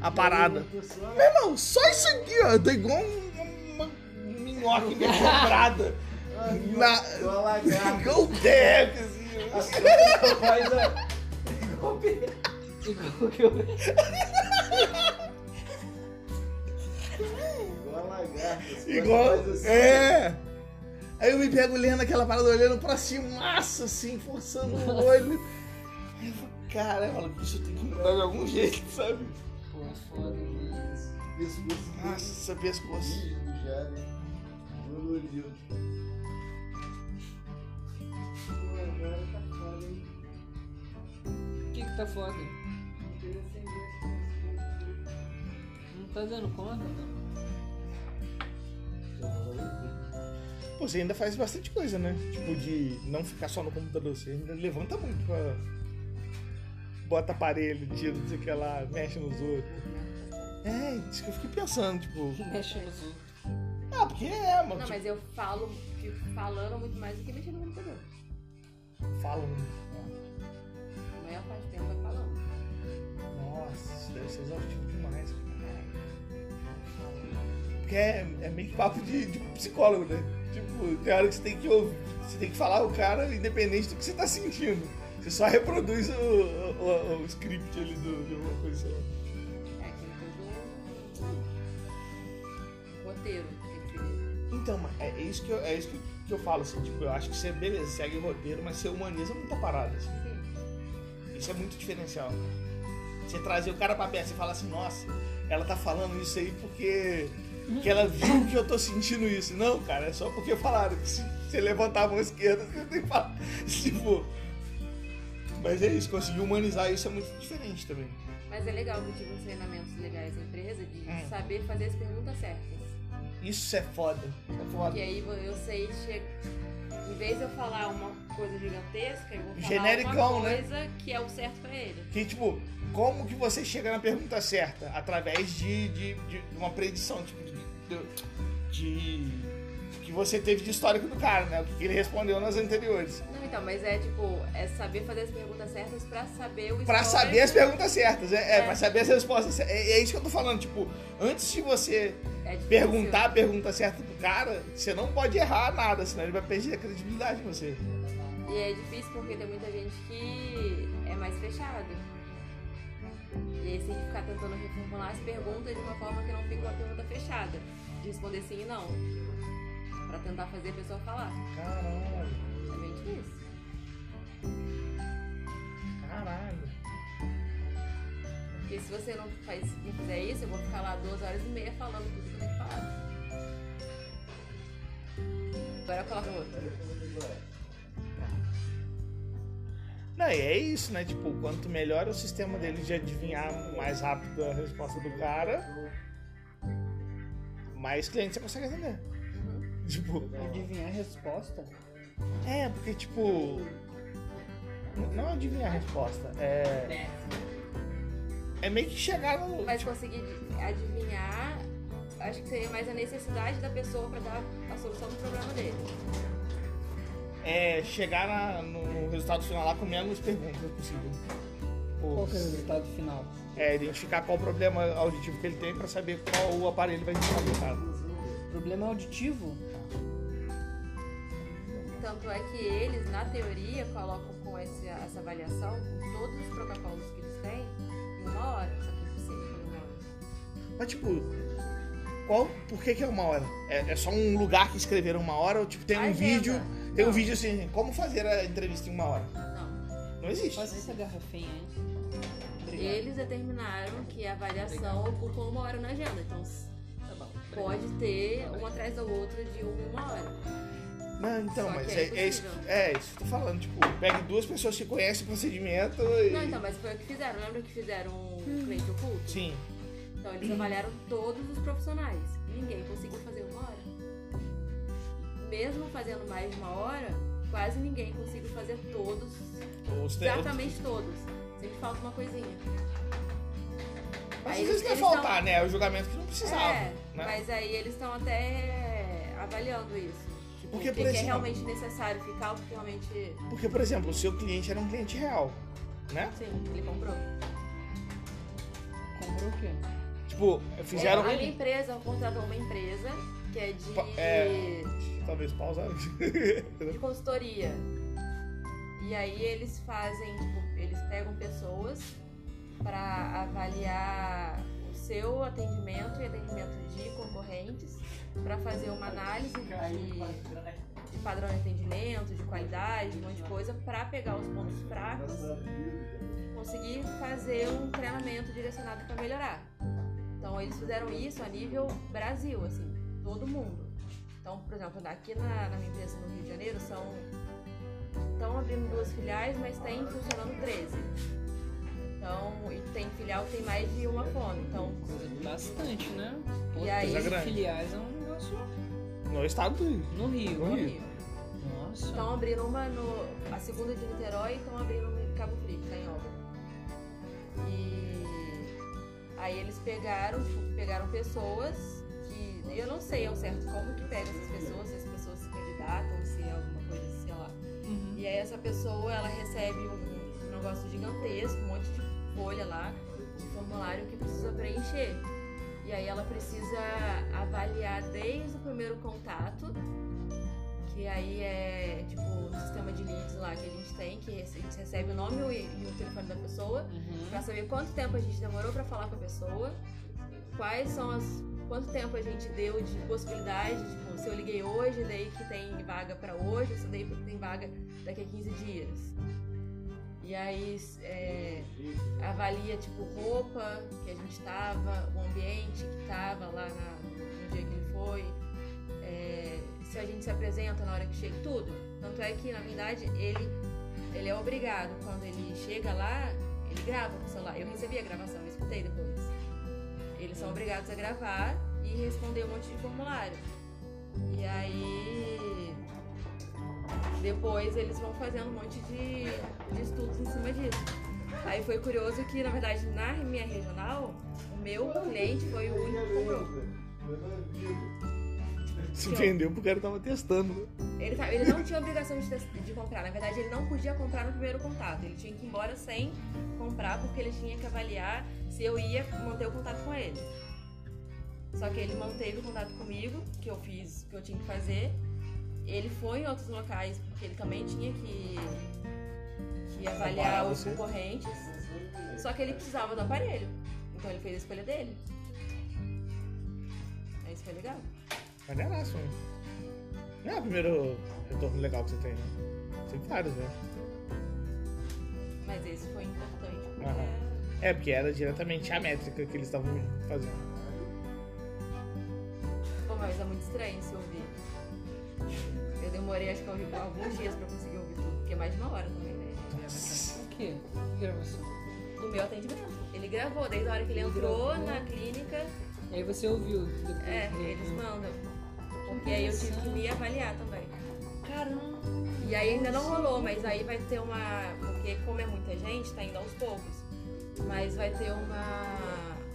D: a parada.
E: Eu tô só-
D: Meu irmão, só isso aqui, ó, eu tô igual um- uma minhoca meio quebrada.
E: Ah, viu?
D: Na-
E: Igual a lagarta.
D: Igual o Depp, assim, ó.
E: A sua faz a- Igual o Pedro.
B: é igual que eu-
E: Igual a lagarta. sua
D: Igual.
E: faz assim,
D: É! Aí eu me pego lendo aquela parada, olhando pra cima, massa, assim, forçando o olho. Aí eu falo, Cara, eu falo, isso tem que mudar de algum jeito, sabe?
B: Pô, é foda, mano.
E: ó, Pescoço desse
D: Nossa, pescoço.
E: rígido já, né? Dolorido.
C: Pô, agora tá foda, hein?
B: O que que tá foda?
C: Não tem acender
B: Não tá dando conta, mano.
D: Pô, você ainda faz bastante coisa, né? Tipo, de não ficar só no computador, você ainda levanta muito pra. Bota aparelho, tira, não sei o que lá, mexe nos outros. É, isso que eu fiquei pensando, tipo.
B: Mexe nos outros.
D: Ah, porque é, mano.
C: Não,
D: tipo,
C: mas eu falo, fico falando muito mais do que mexendo no computador.
D: Fala, né?
C: A maior parte do tempo é falando.
D: Nossa, isso deve ser exaustivo demais, cara. Porque é, é meio que papo de, de psicólogo, né? Tipo, tem hora que você tem que ouvir, você tem que falar o cara independente do que você tá sentindo. Você só reproduz o, o- o- o script ali do, de alguma coisa.
C: É aquele todo um roteiro que tem que seguir.
D: Então, mas é, é isso, que eu, é isso que, eu, que eu falo, assim, tipo, eu acho que você, beleza, segue o roteiro, mas você humaniza muita parada, assim.
C: Sim.
D: Isso é muito diferencial. Você trazer o cara pra perto, você fala assim, nossa, ela tá falando isso aí porque que ela viu que eu tô sentindo isso. Não, cara, é só porque falaram que se você levantar a mão esquerda, você tem que falar. *laughs* Tipo. Mas é isso, conseguir humanizar isso é muito diferente também.
C: Mas é legal que eu tive uns treinamentos legais na empresa de
D: Hum.
C: saber fazer as perguntas certas.
D: Isso é foda. É
C: E
D: foda.
C: aí eu sei, che... em vez de eu falar uma coisa gigantesca, eu vou falar
D: Genericão,
C: uma
D: né?
C: coisa que é o certo pra ele.
D: Que tipo, como que você chega na pergunta certa? Através de, de, de uma predição, tipo, de, de- de- que você teve de histórico do cara, né? O que que ele respondeu nas anteriores.
C: Não, então, mas é tipo, é saber fazer as perguntas certas pra saber o
D: Pra
C: histórico.
D: saber as perguntas certas, é, é,
C: É.
D: pra saber as respostas. cer- É, é isso que eu tô falando, tipo, antes de você
C: É difícil.
D: perguntar a pergunta certa pro cara, você não pode errar nada, senão ele vai perder a credibilidade em você.
C: E é difícil porque tem muita gente que é mais fechada. E aí você tem que ficar tentando reformular as perguntas de uma forma que não fique uma pergunta fechada. De responder sim e não. Pra tentar fazer a pessoa falar.
D: Caralho.
C: É bem difícil. Porque se você não, faz, não fizer isso, eu vou ficar lá duas horas e meia falando tudo que eu tenho que falar. Agora coloca outra.
D: Não, e é isso, né? Tipo, quanto melhor o sistema dele de adivinhar mais rápido é a resposta do cara, mais cliente você consegue atender. Tipo,
B: Adivinhar a resposta?
D: é, porque tipo. Não adivinhar a resposta. É. É meio que chegar no.
C: Mas conseguir adivinhar, acho que seria mais a necessidade da pessoa pra dar a solução do problema dele.
D: É chegar na- no resultado final lá com menos perguntas possível. Por-
B: Qual que é o resultado final?
D: É, identificar qual o problema auditivo que ele tem pra saber qual o aparelho vai ser aplicado.
B: Problema auditivo?
C: Tanto é que eles, na teoria, colocam com esse- essa avaliação, com todos os protocolos que eles têm, em uma hora. Só que é impossível em uma hora.
D: Mas tipo, qual. Por que, que é uma hora? É, é só um lugar que escreveram uma hora ou tipo, tem um
C: Agenda.
D: vídeo. Tem um
C: Não.
D: vídeo assim, como fazer a entrevista em uma hora?
C: Não.
D: Não existe.
B: Faz essa garrafinha, hein? Obrigado.
C: Eles determinaram que a avaliação ocupa uma hora na agenda. Então s-
B: Tá bom. Obrigado.
C: pode ter uma atrás da outra de uma hora.
D: Não, então,
C: Só
D: mas
C: que
D: é,
C: é
D: é isso.
C: impossível.
D: É isso que eu tô falando, tipo, pega duas pessoas que conhecem o procedimento e.
C: Não, então, mas foi o que fizeram. Lembra que fizeram um cliente oculto?
D: Sim.
C: Então eles avaliaram todos os profissionais. Ninguém conseguiu fazer uma hora. Mesmo fazendo mais de uma hora, quase ninguém conseguiu fazer todos,
D: Os te-
C: exatamente todos. Sempre falta uma coisinha.
D: Mas
C: Aí
D: às vezes não é
C: eles tão-
D: faltar, né? É o julgamento que não precisava.
C: É,
D: né?
C: mas aí eles estão até avaliando isso. Tipo,
D: Porque,
C: o que,
D: por
C: que é
D: exemplo-
C: realmente necessário ficar, o que realmente.
D: Porque, por exemplo, o seu cliente era um cliente real, né?
C: Sim, assim, ele comprou.
B: Comprou o quê?
D: Tipo, fizeram.
C: É, a minha empresa contratou uma empresa que é de.
D: Pa- é. Talvez pausaram.
C: de consultoria. E aí eles fazem, tipo, eles pegam pessoas para avaliar o seu atendimento e atendimento de concorrentes, para fazer uma análise de, de padrão de atendimento, de qualidade, um monte de coisa, para pegar os pontos fracos conseguir fazer um treinamento direcionado para melhorar. Então eles fizeram isso a nível Brasil, assim, todo mundo. Então, por exemplo, aqui na, na minha empresa no Rio de Janeiro são estão abrindo duas filiais, mas tem funcionando 13. Então, e tem filial que tem mais de uma fone. Então,
B: Bastante, né? Pô,
C: E aí-
B: 13
D: Grande.
B: filiais é um negócio
D: *laughs* No estado do Rio.
B: no Rio.
D: No Rio.
B: Nossa.
C: estão abrindo uma no a segunda de Niterói e estão abrindo uma em Cabo Frio, que tá em obra. E aí eles pegaram, tipo, pegaram pessoas que eu não sei ao certo como que pega essas pessoas, se as pessoas se candidatam, se é alguma coisa, sei lá.
B: Uhum.
C: E aí essa pessoa, ela recebe um, um negócio gigantesco, um monte de folha lá, de formulário que precisa preencher. E aí ela precisa avaliar desde o primeiro contato, que aí é tipo o sistema de leads lá que a gente tem, que a gente recebe o nome e o- e o telefone da pessoa,
B: Uhum.
C: Pra saber quanto tempo a gente demorou pra falar com a pessoa, quais são as quanto tempo a gente deu de possibilidade, tipo, se eu liguei hoje, daí que tem vaga pra hoje, se daí que tem vaga daqui a 15 dias. E aí é, avalia tipo roupa que a gente tava, o ambiente que tava lá na- no dia que ele foi, é, se a gente se apresenta na hora que chega, tudo. Tanto é que na verdade ele ele é obrigado quando ele chega lá ele grava com o celular. Eu recebi a gravação, eu escutei depois. Eles são obrigados a gravar e responder um monte de formulário. E aí. Depois eles vão fazendo um monte de, de estudos em cima disso. Aí foi curioso que, na verdade, na minha regional, o meu cliente foi o único que comprou.
D: Se vendeu porque ele tava testando.
C: Ele, tá- ele não tinha obrigação de, tes- de comprar. Na verdade, ele não podia comprar no primeiro contato. Ele tinha que ir embora sem comprar, porque ele tinha que avaliar se eu ia manter o contato com ele. Só que ele manteve o contato comigo, que eu fiz o que eu tinha que fazer. Ele foi em outros locais, porque ele também tinha que, que avaliar
D: Comparar
C: os
D: você.
C: concorrentes. Só que ele precisava do aparelho. Então ele fez a escolha dele. Aí isso foi legal.
D: Maneiraço, né? Não é o primeiro retorno legal que você tem, né? Tem vários, né?
C: Mas esse foi importante porque
D: Aham. É, porque era diretamente a métrica que eles estavam fazendo.
C: Pô, mas é muito estranho se ouvir. Eu demorei, acho que eu ouvi por alguns dias pra conseguir ouvir tudo, porque é mais de uma hora também, né? de gravação.
B: O quê? Que gravação?
C: Do meu atendimento. Ele gravou, desde a hora que ele entrou
B: Ele gravou.
C: na clínica,
B: Aí você ouviu. Depois
C: é,
B: do-
C: eles
B: do-
C: mandam. Porque aí eu tive que me avaliar também.
B: Caramba!
C: E aí ainda não rolou, mas aí vai ter uma. Porque como é muita gente, tá indo aos poucos. Mas vai ter uma,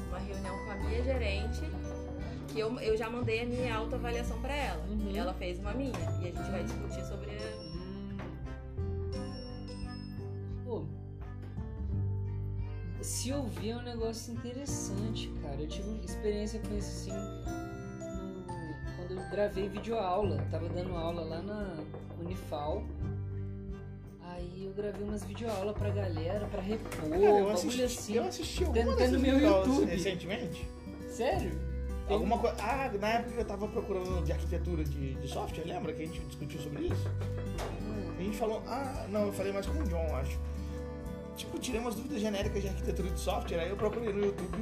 C: uma reunião com a minha gerente, que eu, eu já mandei a minha autoavaliação pra ela.
B: Uhum.
C: Ela fez uma minha. E a gente vai discutir sobre.
B: Hum. Pô, se ouvir é um negócio interessante, cara. Eu tive uma experiência com isso assim no- quando eu gravei videoaula. Eu Tava dando aula lá na Unifal. Aí eu gravei umas videoaulas pra galera, pra repor,
D: Cara, eu
B: bagulho
D: assisti,
B: assim.
D: eu assisti alguma
B: Tem- tem
D: dessas
B: no meu
D: videoaulas
B: YouTube.
D: recentemente.
B: Sério? Tem- um-
D: Alguma coisa. Ah, na época que eu tava procurando de arquitetura de, de software, lembra que a gente discutiu sobre isso?
B: Hum.
D: A gente falou, ah, não, eu falei mais com o John, eu acho. Tipo, tirei umas dúvidas genéricas de arquitetura de software, aí eu procurei no YouTube.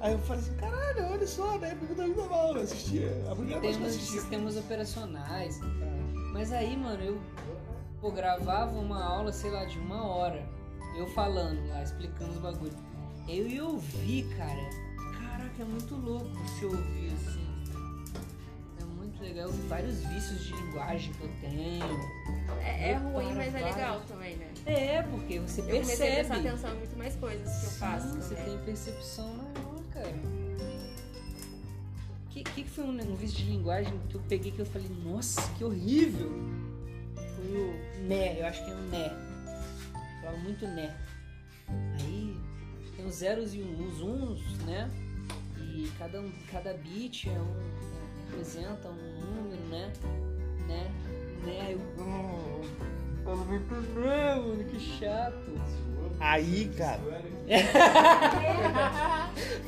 D: Aí eu falei assim, caralho, olha só, na época eu tava indo mal, eu assistia. A primeira coisa que eu
B: sistemas,
D: assistia.
B: sistemas operacionais. tá? Mas aí, mano, eu pô, gravava uma aula, sei lá, de uma hora. Eu falando lá, explicando os bagulhos. Eu ia ouvir, cara. Caraca, é muito louco se ouvir assim. É muito legal. Eu vi vários vícios de linguagem que eu tenho.
C: É, é
B: Repara
C: ruim, mas é
B: várias-
C: legal também, né?
B: É, porque você
C: Eu comecei
B: percebe.
C: a prestar atenção em muito mais coisas que eu faço. *laughs*
B: Sim, você
C: também.
B: tem percepção maior, cara. O que, que que foi um, um vício de linguagem que eu peguei que eu falei, nossa, que horrível? Foi o né, eu acho que é um né. Eu Falava muito né. Aí tem os zeros e uns uns, né? E cada, um, cada bit é um, representa um número, né? Né? Né? Aí Eu, oh, falo muito né, mano, que chato.
D: Aí, cara.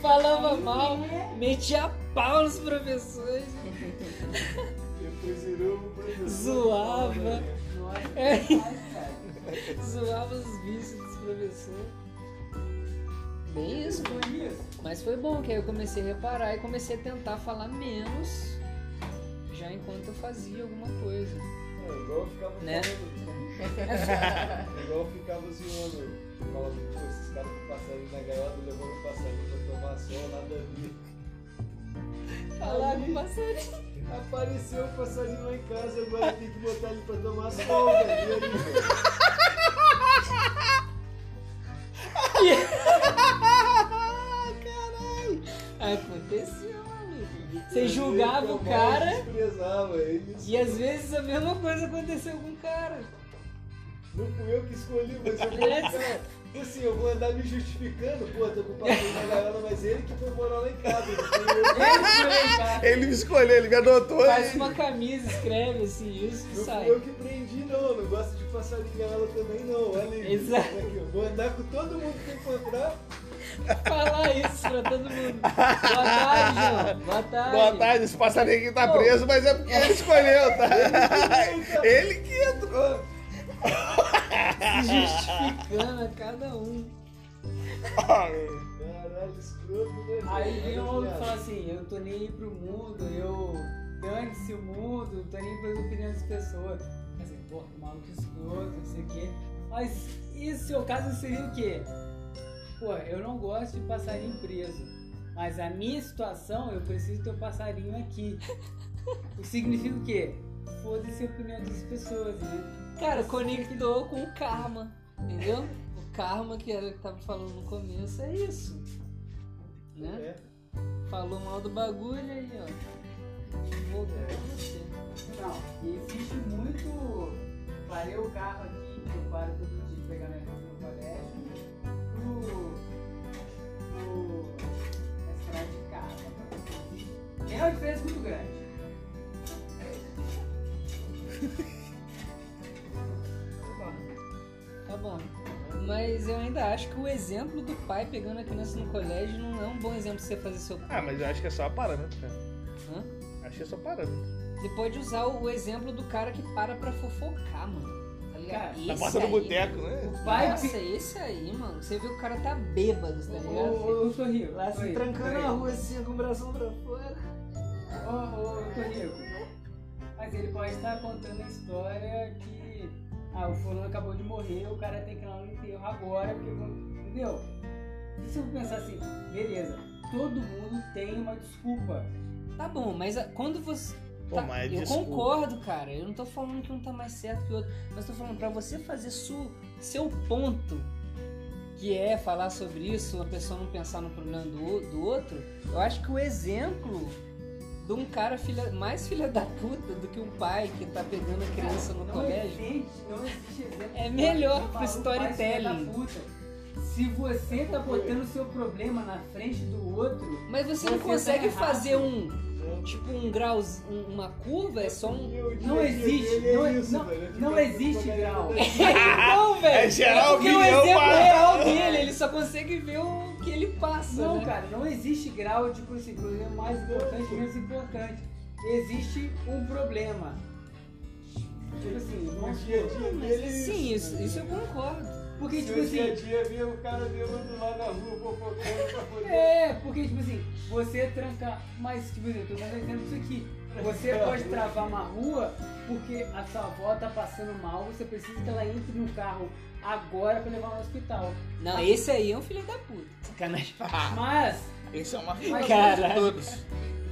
B: Falava mal, metia pau nos professores.
E: Depois virou o professor.
B: Zoava.
A: Nossa,
B: É.
A: cara.
B: Zoava os vícios dos professores. Bem isso.
A: Foi isso.
B: Mas foi bom, que aí eu comecei a reparar e comecei a tentar falar menos já enquanto eu fazia alguma coisa.
E: É, igual eu ficava
B: Né? *laughs*
E: zoando. É igual eu ficava zoando. Eu Falava, tipo, esses caras com passarinho na gaiola, levando o passarinho pra tomar sol, nada a ver.
B: Falar
E: Aí,
B: com passarinho.
E: Apareceu o passarinho lá em casa, agora tem que botar ele pra tomar sol,
B: *laughs*
E: velho. E aí, velho?
B: Ah, Aconteceu, amigo. Você julgava o cara
E: Desprezava ele.
B: e às vezes a mesma coisa aconteceu com o cara.
E: Não fui eu que escolhi, mas eu falei, cara, assim, eu vou andar me justificando, pô, tô com o passarinho na gaiola, mas ele que foi morar lá em casa. não fui eu.
D: Ele me escolheu, ele me adotou.
B: Faz
D: ele-
B: uma camisa, escreve assim, isso e
E: Não
B: sai.
E: fui eu que prendi, não. Não gosto de passar de ela também, não. Olha aí.
B: Exato.
E: Aqui, eu vou andar com todo mundo que encontrar.
B: falar isso pra todo mundo. Boa tarde, João. Boa tarde.
D: *laughs* Boa tarde, esse passarinho aqui tá
B: Pô.
D: preso, mas é porque ele escolheu,
B: *laughs*
D: tá? Ele que entrou.
B: Se Justificando a cada um.
E: Caralho, escroto, né?
A: Aí vem
E: velho?
A: um outro e fala assim, eu tô nem aí pro mundo, eu dane-se o mundo, não tô nem aí pras opiniões das pessoas. Mas assim, porra, que maluco escroto, não sei o quê. Mas e se o caso seria o quê? Pô, eu não gosto de passarinho preso. Mas a minha situação, eu preciso ter o passarinho aqui. O que significa o quê? Foda-se a opinião das pessoas, né?
B: Cara, conectou com o karma. Entendeu? O karma que ela tava falando no começo é isso. Né?
E: É.
B: Falou mal do bagulho aí, ó. Voltou pra você.
A: Não, e existe muito. Parei o carro aqui, que eu paro todo dia pegar minha filha no colégio, né? pro. pro. estrada de né? carro. É uma diferença muito grande.
B: Tá bom. Mas eu ainda acho que o exemplo do pai pegando a criança no colégio não é um bom exemplo pra você fazer seu
D: Ah, mas eu acho que é só parâmetro, cara.
B: Hã?
D: Acho que é só parâmetro.
B: Você pode usar o exemplo do cara que para pra fofocar, mano. Tá ligado?
A: Cara,
B: Esse
D: Na porta do
B: aí, Tá,
D: boteco, né?
A: O pai
B: Nossa, esse aí, mano. Você vê o cara tá bêbado, tá ligado?
A: Ô, ô, Torrico.
E: Lá se
A: Torrico,
E: trancando na
A: Torrico.
E: rua assim, com o bração pra fora.
A: Ô, ô, Torrico. Mas ele pode estar contando a história que. Ah, o fulano acabou de morrer, o cara tem que ir lá no enterro agora, porque. vão- Entendeu? E se eu pensar assim, beleza, todo mundo tem uma desculpa.
B: Tá bom, mas a- quando você.
D: Pô,
B: tá-
D: mas
B: eu
D: desculpa.
B: concordo, cara. Eu não tô falando que um tá mais certo que o outro. Mas tô falando pra você fazer su- seu ponto, que é falar sobre isso, a pessoa não pensar no problema do, o- do outro. Eu acho que o exemplo de um cara filha- mais filha da puta do que um pai que tá pegando a criança no
A: não
B: colégio.
A: Existe, não existe exemplo.
B: É melhor
A: de
B: pro
A: maluco mais filha da
B: storytelling. É
A: puta. Se você tá botando o seu problema na frente do outro,
B: Mas você, não
A: Você tá
B: consegue
A: errado.
B: fazer um.
E: É.
B: Tipo, um grau. uma curva, é só
D: *laughs*
B: um.
A: não existe.
E: é
A: Não, não- não existe grau.
B: *laughs* não, velho.
D: É geral,
B: porque o
D: opinião,
B: exemplo
D: pá.
B: real dele, ele só consegue ver o que ele passa,
A: Não,
E: é.
B: né?
A: cara, não existe grau de assim, problema mais importante, menos importante. Existe um problema. Tipo assim,
E: No
A: vamos
E: dia a
A: supor.
E: dia
B: Mas,
E: dele. é
B: sim, isso,
E: né?
B: isso eu concordo.
A: Porque,
E: Se
A: tipo
E: o dia a
A: assim,
E: dia via o cara bêbado lá na rua, fofocando pra poder.
A: é, porque, tipo assim, você tranca. Mas, tipo assim, eu tô dando exemplo disso aqui.
E: *laughs*
A: Você pode travar uma rua porque a sua avó tá passando mal, você precisa que ela entre no carro agora pra levar ela ao hospital.
B: Não, esse aí é um filho da puta. Sacanagem.
E: Ah.
A: Mas,
D: Esse é uma
B: Caralho.
D: de todos.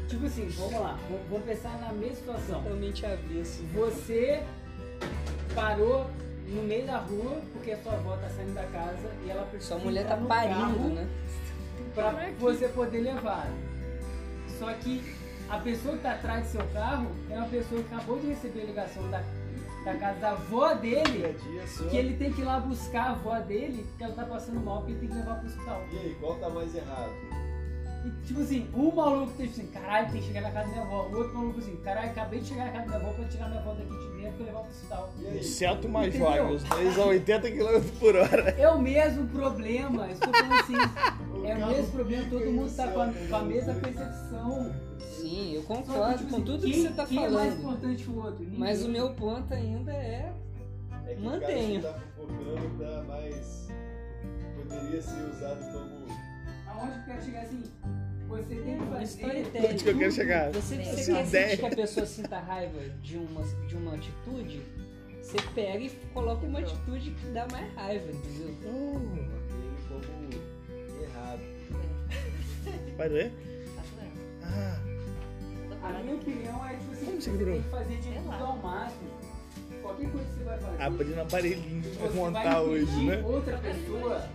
A: tipo assim, vamos lá, vamos- vamos pensar na mesma situação.
B: Totalmente avesso.
A: Você parou no meio da rua porque a sua avó tá saindo da casa e ela precisa.
B: Sua mulher
A: entrar
B: tá
A: no
B: parindo,
A: carro
B: né?
A: Pra você poder levar. Só que a pessoa que tá atrás do seu carro é uma pessoa que acabou de receber a ligação da, da casa da avó
E: Dia a
A: dele,
E: dia é só.
A: que ele tem que ir lá buscar a avó dele, porque ela tá passando mal, porque ele tem que levar pro hospital.
E: E aí, qual tá mais errado?
A: E, tipo assim, um maluco teve assim, caralho, tem que chegar na casa da minha avó. O outro maluco assim, caralho, acabei de chegar na casa da minha avó pra tirar minha avó daqui de dentro e levar pro hospital.
E: E
D: O
E: aí?
D: Celto Um mais
A: Entendeu?
D: jovem, os dois a 80 km por hora.
A: É o mesmo problema, eu estou
B: *laughs*
A: falando assim,
E: O
A: é o
E: carro
A: mesmo problema,
E: fica
A: todo
E: aí
A: mundo
E: no
A: tá
E: céu,
A: com a,
E: né?
A: com a mesma percepção.
B: Sim, eu
A: Só que,
B: concordo
A: tipo
B: com
A: assim,
B: tudo
A: quem,
B: que você tá
A: quem é mais
B: falando.
A: importante que o outro? Ninguém.
B: Mas o meu ponto ainda é.
E: É que
B: Mantenho.
E: o cara que tá fofocando tá mais. Poderia ser usado como. um
A: Aonde que eu quero chegar assim? Você tem que
B: um
A: fazer.
B: storytelling.
D: Onde que eu quero chegar?
B: Você, você
D: Essa
B: quer
D: ideia.
B: sentir que a pessoa sinta raiva de uma, de uma atitude, você pega e coloca uma atitude que dá mais raiva, entendeu?
D: Hum,
E: Ele como um errado.
D: Vai doer?
C: Tá doendo.
D: Ah,
C: Tô
A: A
C: falando
A: minha opinião é tipo assim,
D: Como
A: você
D: você grou?
A: tem que fazer de
C: Sei
A: tudo
C: lá.
A: ao máximo. Qualquer coisa que você vai fazer.
D: abrindo aparelhinho pra
A: você
D: montar
A: vai
D: hoje,
A: impedir
D: né?
A: outra pessoa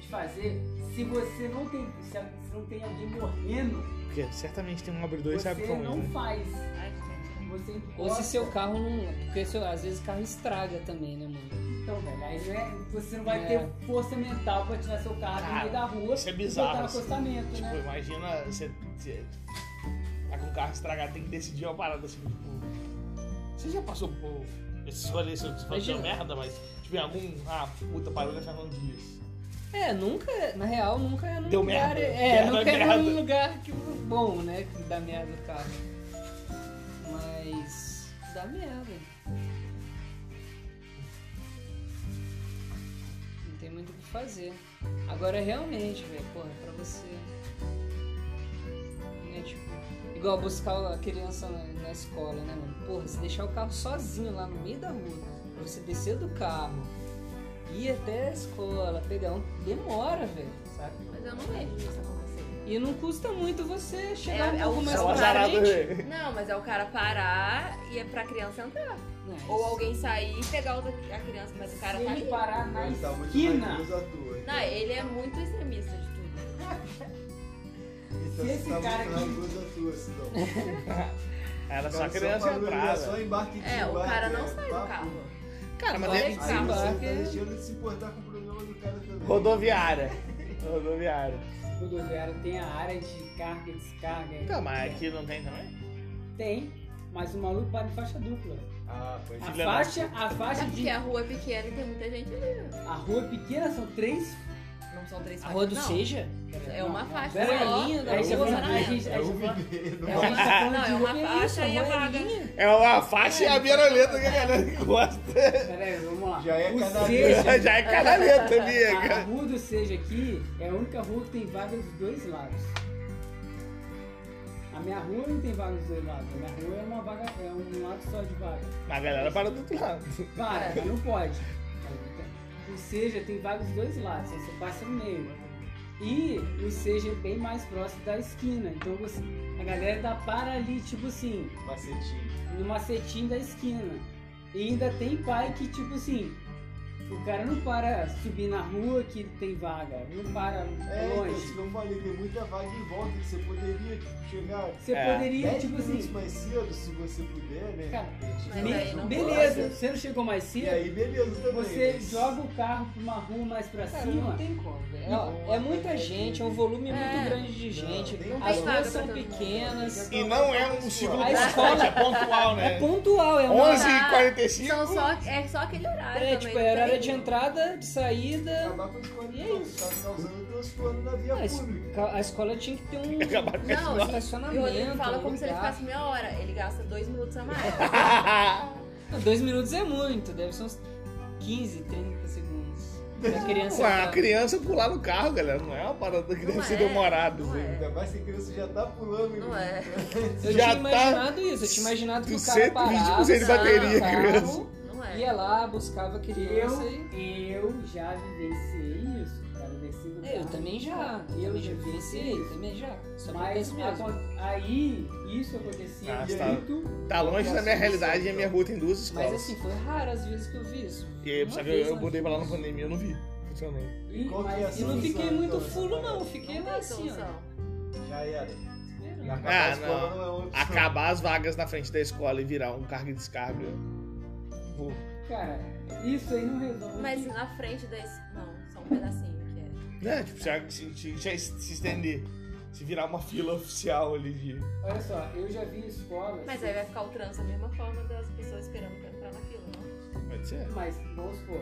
A: de fazer se você não tem. Se se não tem alguém morrendo,
D: Porque certamente tem um abridor e sabe
A: você
D: como é,
A: não
D: né?
A: faz.
C: Ai, gente. é
A: Você
B: Ou
A: encosta.
B: se seu carro não. Porque seu- às vezes o carro estraga também, né, mano?
A: Então, velho, aí não é- você não vai
B: É.
A: ter força mental pra tirar seu carro do
D: Cara,
A: meio da rua
D: isso é
A: e
D: bizarro,
A: botar no
D: assim.
A: acostamento,
D: Tipo,
A: né?
D: imagina você, você tá com o carro estragado, tem que decidir uma parada assim, tipo. Você já passou por. Esses rolês, se eu se eu
B: Imagina.
D: fazer é merda, mas tiver algum. Ah, puta, parou na Fernando Dias.
B: É, nunca. Na real, nunca é num
D: Deu
B: lugar.
D: merda.
B: É,
D: Merda,
B: nunca é
D: merda.
B: num lugar que, bom, né? Que dá merda o carro. Mas. dá merda. Não tem muito o que fazer. Agora realmente, velho, porra, pra você. Né, tipo, igual buscar a criança na, na escola, né, mano? Porra, se deixar o carro sozinho lá no meio da rua, pra você descer do carro, ir até a escola, pegar um. Demora, velho, sabe?
C: Mas eu não vejo isso acontecer.
B: E não custa muito você chegar
C: É, é
B: um pouco
C: o-
B: mais
C: é o
B: pra
D: azarado,
B: frente.
D: né?
C: Não, mas é o cara parar e é pra criança entrar.
B: Não, é
C: Ou
B: isso-
C: alguém sair e pegar outra, a criança, mas o cara
A: Se
C: tá
A: ele
C: ali.
A: parar na
E: Ele tá muito
A: esquina,
E: raivoso à toa, hein?
C: Não, ele é muito extremista de tudo.
E: Então
A: se
E: você
A: esse
E: tá muito
A: cara aqui-
E: raivoso à toa, Sidão.
D: Era É só
E: Cara,
D: criança
E: falou,
D: entrar. né?
E: é Só embarque e
C: É, o
E: desembarque,
C: cara não
E: é
C: sai do
E: papo.
C: carro.
D: Cara, mas
B: Olha
D: é
B: aí.
E: Aí você tá
B: Desembarque.
E: deixando de se importar com o problema do cara também.
D: rodoviária. Rodoviária.
A: rodoviário tem a área de carga e descarga. é,
D: Então, mas aqui não tem também?
A: Tem, mas o maluco para em faixa dupla.
E: Ah, foi
A: A
D: Filha da
A: faixa, a
D: tá
A: faixa
C: É porque
A: de.
C: a rua é pequena e tem muita gente ali.
A: A rua é pequena são três.
C: Não são três
B: A Rua do
C: não.
B: Seja?
C: É uma faixa
A: pera aí.
C: só.
B: linha da
A: Aí você
B: rua,
A: fala-
B: né?
A: aí gente-
E: É
A: aí
E: o
A: você fala-
E: Miguel.
A: aí a gente tá falando
C: Não, é
A: de
C: uma
A: rua-
C: faixa e a
B: rua é
C: vaga.
B: linha.
D: É uma faixa e a beiroleta que a galera gosta.
A: Pera aí, vamos lá.
E: Já é
A: o
E: canaleta.
A: seja,
D: *laughs* Já é canaleta,
B: *laughs*
A: a
D: amiga.
A: rua do seja aqui é a única rua que tem vaga dos dois lados. A minha rua não tem vaga dos dois lados. A minha rua é uma vaga, é um lado só de vaga.
D: Mas a galera para do outro lado.
A: Para, mas não pode. O seja tem vaga dos dois lados, aí você passa no meio. E o seja é bem mais próximo da esquina. Então você, a galera dá para ali, tipo assim,
E: *laughs* Macetinho.
A: no macetinho da esquina. né? E ainda tem pai que, tipo assim, o cara não para subir na rua que tem vaga, não para
E: É, então, isso
A: longe.
E: que eu falei, tem muita vaga em volta que você poderia tipo, chegar
A: Você
D: É.
A: poderia,
E: 10
A: tipo
E: minutos
A: assim,
E: mais cedo, se você puder, né?
A: Cara,
C: Mas
A: be-
C: aí não
A: beleza,
E: pode.
A: você não chegou mais
E: E
A: cedo,
E: aí, beleza também.
A: você
E: né?
A: joga o carro pra uma rua mais pra
B: Cara,
A: cima.
B: não tem como, velho. Ó, É muita gente, é um volume
C: É.
B: muito grande de gente.
E: Não, tem
B: as
C: vaga
B: ruas
C: pra
B: são
C: todo mundo.
B: pequenas.
D: E não é um ciclo
E: A
D: constante, é pontual, né?
B: É pontual, é uma.
D: 11h45.
C: São só, é só aquele horário.
B: É,
C: também,
B: tipo,
C: não
B: é horário
C: tem-
B: de entrada, de saída.
E: Acabar com os
B: E é
E: quadros tá causando transtorno na via
B: Ah, isso-
E: pública.
B: Ca- A escola tinha que ter um
D: *laughs* Acabar com
C: Não,
B: um
C: esse-
B: estacionamento.
C: E o Rodrigo fala
B: um
C: como se ele
B: lugar.
C: ficasse meia hora. Ele gasta dois minutos
D: *laughs*
C: a mais.
B: Não, Dois minutos é muito, deve ser uns 15, 30 segundos. A criança.
D: Ué, a criança pular no carro, galera, não é uma parada que
C: tá. Não
D: deve ser
C: é,
D: demorado.
C: não
D: né?
E: Ainda mais que a criança já tá pulando.
C: Não é.
B: Eu
D: Já
B: tinha
D: tá
B: imaginado isso, eu tinha imaginado que o cara
D: 220%
B: parava,
D: de um bateria,
B: sacava o
D: criança.
B: carro,
C: Não é.
B: ia lá, buscava a criança e...
A: Eu, eu já vivenciei isso, cara, desci do
B: É, Eu
A: carro.
B: também já, eu já vivenciei, também já. Só
A: Mas
B: acontece mesmo.
A: acon- aí isso acontecia
D: Ah, tá.
A: muito.
C: é.
D: Tá longe da minha realidade e a minha rua tem duas escolas.
B: Mas assim, foi raro as vezes que eu vi isso.
D: E aí,
B: Uma
D: sabe,
B: vez
D: eu, eu
B: na
D: mudei pra lá na
B: vida.
D: pandemia, eu não vi. Funcionou.
A: E,
E: Qual que é a
A: mas,
B: E não
E: solução?
B: fiquei muito
E: Então,
B: fulo
E: essa
B: não,
E: parada.
B: fiquei
C: Não
B: lá
C: tem
B: assim, ó.
C: solução.
E: Já era. E
B: esperando.
E: acabar
D: Ah,
E: a escola não. é outra solução.
D: Acabar as vagas na frente da escola e virar um carga e é. Tipo, descarga. Pô,
A: cara, isso aí não resolve.
C: Mas na frente da es- Não, só um pedacinho que é.
D: Né? Tipo, se, se, se, se- se estender. Se virar uma fila oficial ali de.
A: Olha só, eu já vi assim, escolas.
C: Mas é, né? aí vai ficar o trânsito da mesma forma das pessoas esperando pra entrar né? na fila, não?
D: Pode ser.
A: Mas, vamos supor.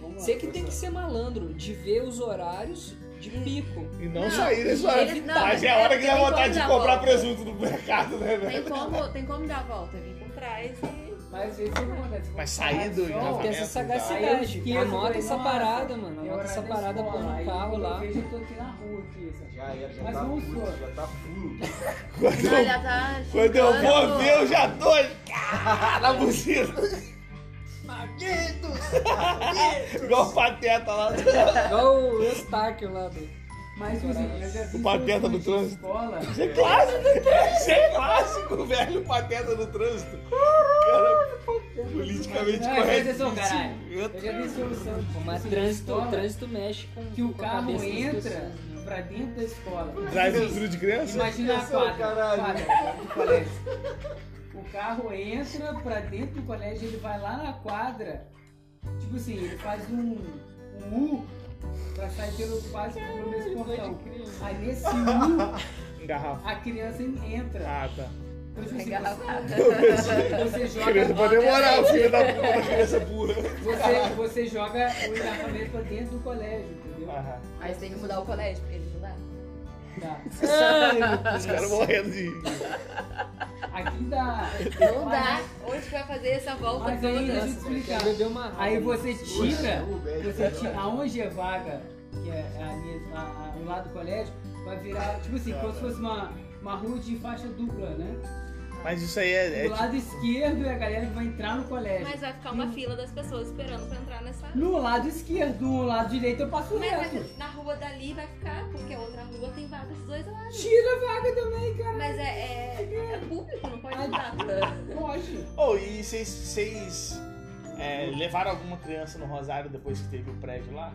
A: Vamos lá,
B: Você que tem que
A: pessoal.
B: ser malandro de ver os horários de
A: Hum.
B: pico.
D: E não, sair desse
B: horário.
C: eles- não,
D: Mas é a hora que dá
C: tem
D: vontade de
C: como dar
D: comprar
C: volta.
D: presunto no mercado, né,
C: Tem
D: velho?
C: como, tem como dar a volta, vir por trás e.
A: Mas às vezes isso não acontece.
D: Mas sair
B: Tem
A: Só-
D: do
B: que ter essa
A: Aí é eu
B: sagacidade.
A: esqueço,
B: Anota
A: falei,
B: essa
A: nossa,
B: parada, mano.
A: é
B: Anota
A: né? horário
B: essa
A: da
B: parada,
A: escola,
B: põe no
A: aí
B: carro
A: quando eu
B: lá.
A: vejo, eu tô aqui na rua aqui, sabe?
E: Já era, já
A: Mas
E: tá
A: vamos
E: puto,
A: supor.
E: já tá fulo.
D: Quando
C: Não,
D: eu,
C: já tá.
D: quando eu
C: xingando.
D: vou ver, eu já tô ah, na buzina. *laughs* Igual o Pateta lá.
B: Igual o Eustáquio lá do.
A: Mas assim, eu já vi
D: O pateta do
A: soluções de
D: trânsito.
A: escola.
D: Isso é clássico, né? Isso é clássico, velho. Pateta no trânsito. Cara, politicamente
A: Não, é,
D: correto.
A: vocês são caralho.
D: Eu
A: Eu já vi solução. tipo
B: Mas
A: assim, de
B: trânsito, o
A: escola
B: trânsito mexe com.
A: Que o
B: com a
A: carro
B: cabeça das
A: entra
B: pessoas, né?
A: pra dentro da escola.
D: Drive thru de criança?
A: Imagina a
E: Esse é o
A: quadra,
E: caralho.
A: quadra do colégio. O carro entra pra dentro do colégio, ele vai lá na quadra. Tipo assim, ele faz um, um U pra sair pelo quase pelo mesmo portão. Aí nesse U
D: Engarrafa.
A: a criança entra.
D: Ah, tá.
A: Então, tipo assim,
C: Engarrafado.
A: você, você
D: Criança
A: joga,
D: pra demorar, o filho da puta da criança burra.
A: você, você joga o engarrafamento pra dentro do colégio, entendeu?
D: Ah,
C: Aí você tem que mudar o colégio, porque eles mudaram.
A: Tá.
D: os caras morrendo de.
A: Aqui dá.
C: Não dá. Onde que vai fazer essa volta
A: Mas
C: toda?
A: aí, deixa eu te
B: Já
A: explicar.
B: bebeu uma água,
A: Aí
B: né?
A: você tira,
E: Uber,
A: você
E: Uber.
A: tira aonde é vaga, que é a minha, a- a- o lado do colégio, vai virar, tipo assim, como se fosse uma, uma rua de faixa dupla, né?
D: Mas isso aí é. é
A: Do lado esquerdo é a galera que vai entrar no colégio.
C: Mas vai ficar
A: Hum.
C: uma fila das pessoas esperando pra entrar nessa.
A: No lado esquerdo, no lado direito eu passo
C: Mas tá
A: reto.
C: vai- na rua dali vai ficar, porque a outra rua tem vaga dos dois lados.
A: Tira a vaga também, cara.
C: Mas é, é, é público, não pode mudar.
A: Pode.
D: Oh, e vocês- vocês é, levaram alguma criança no Rosário depois que teve o prédio lá?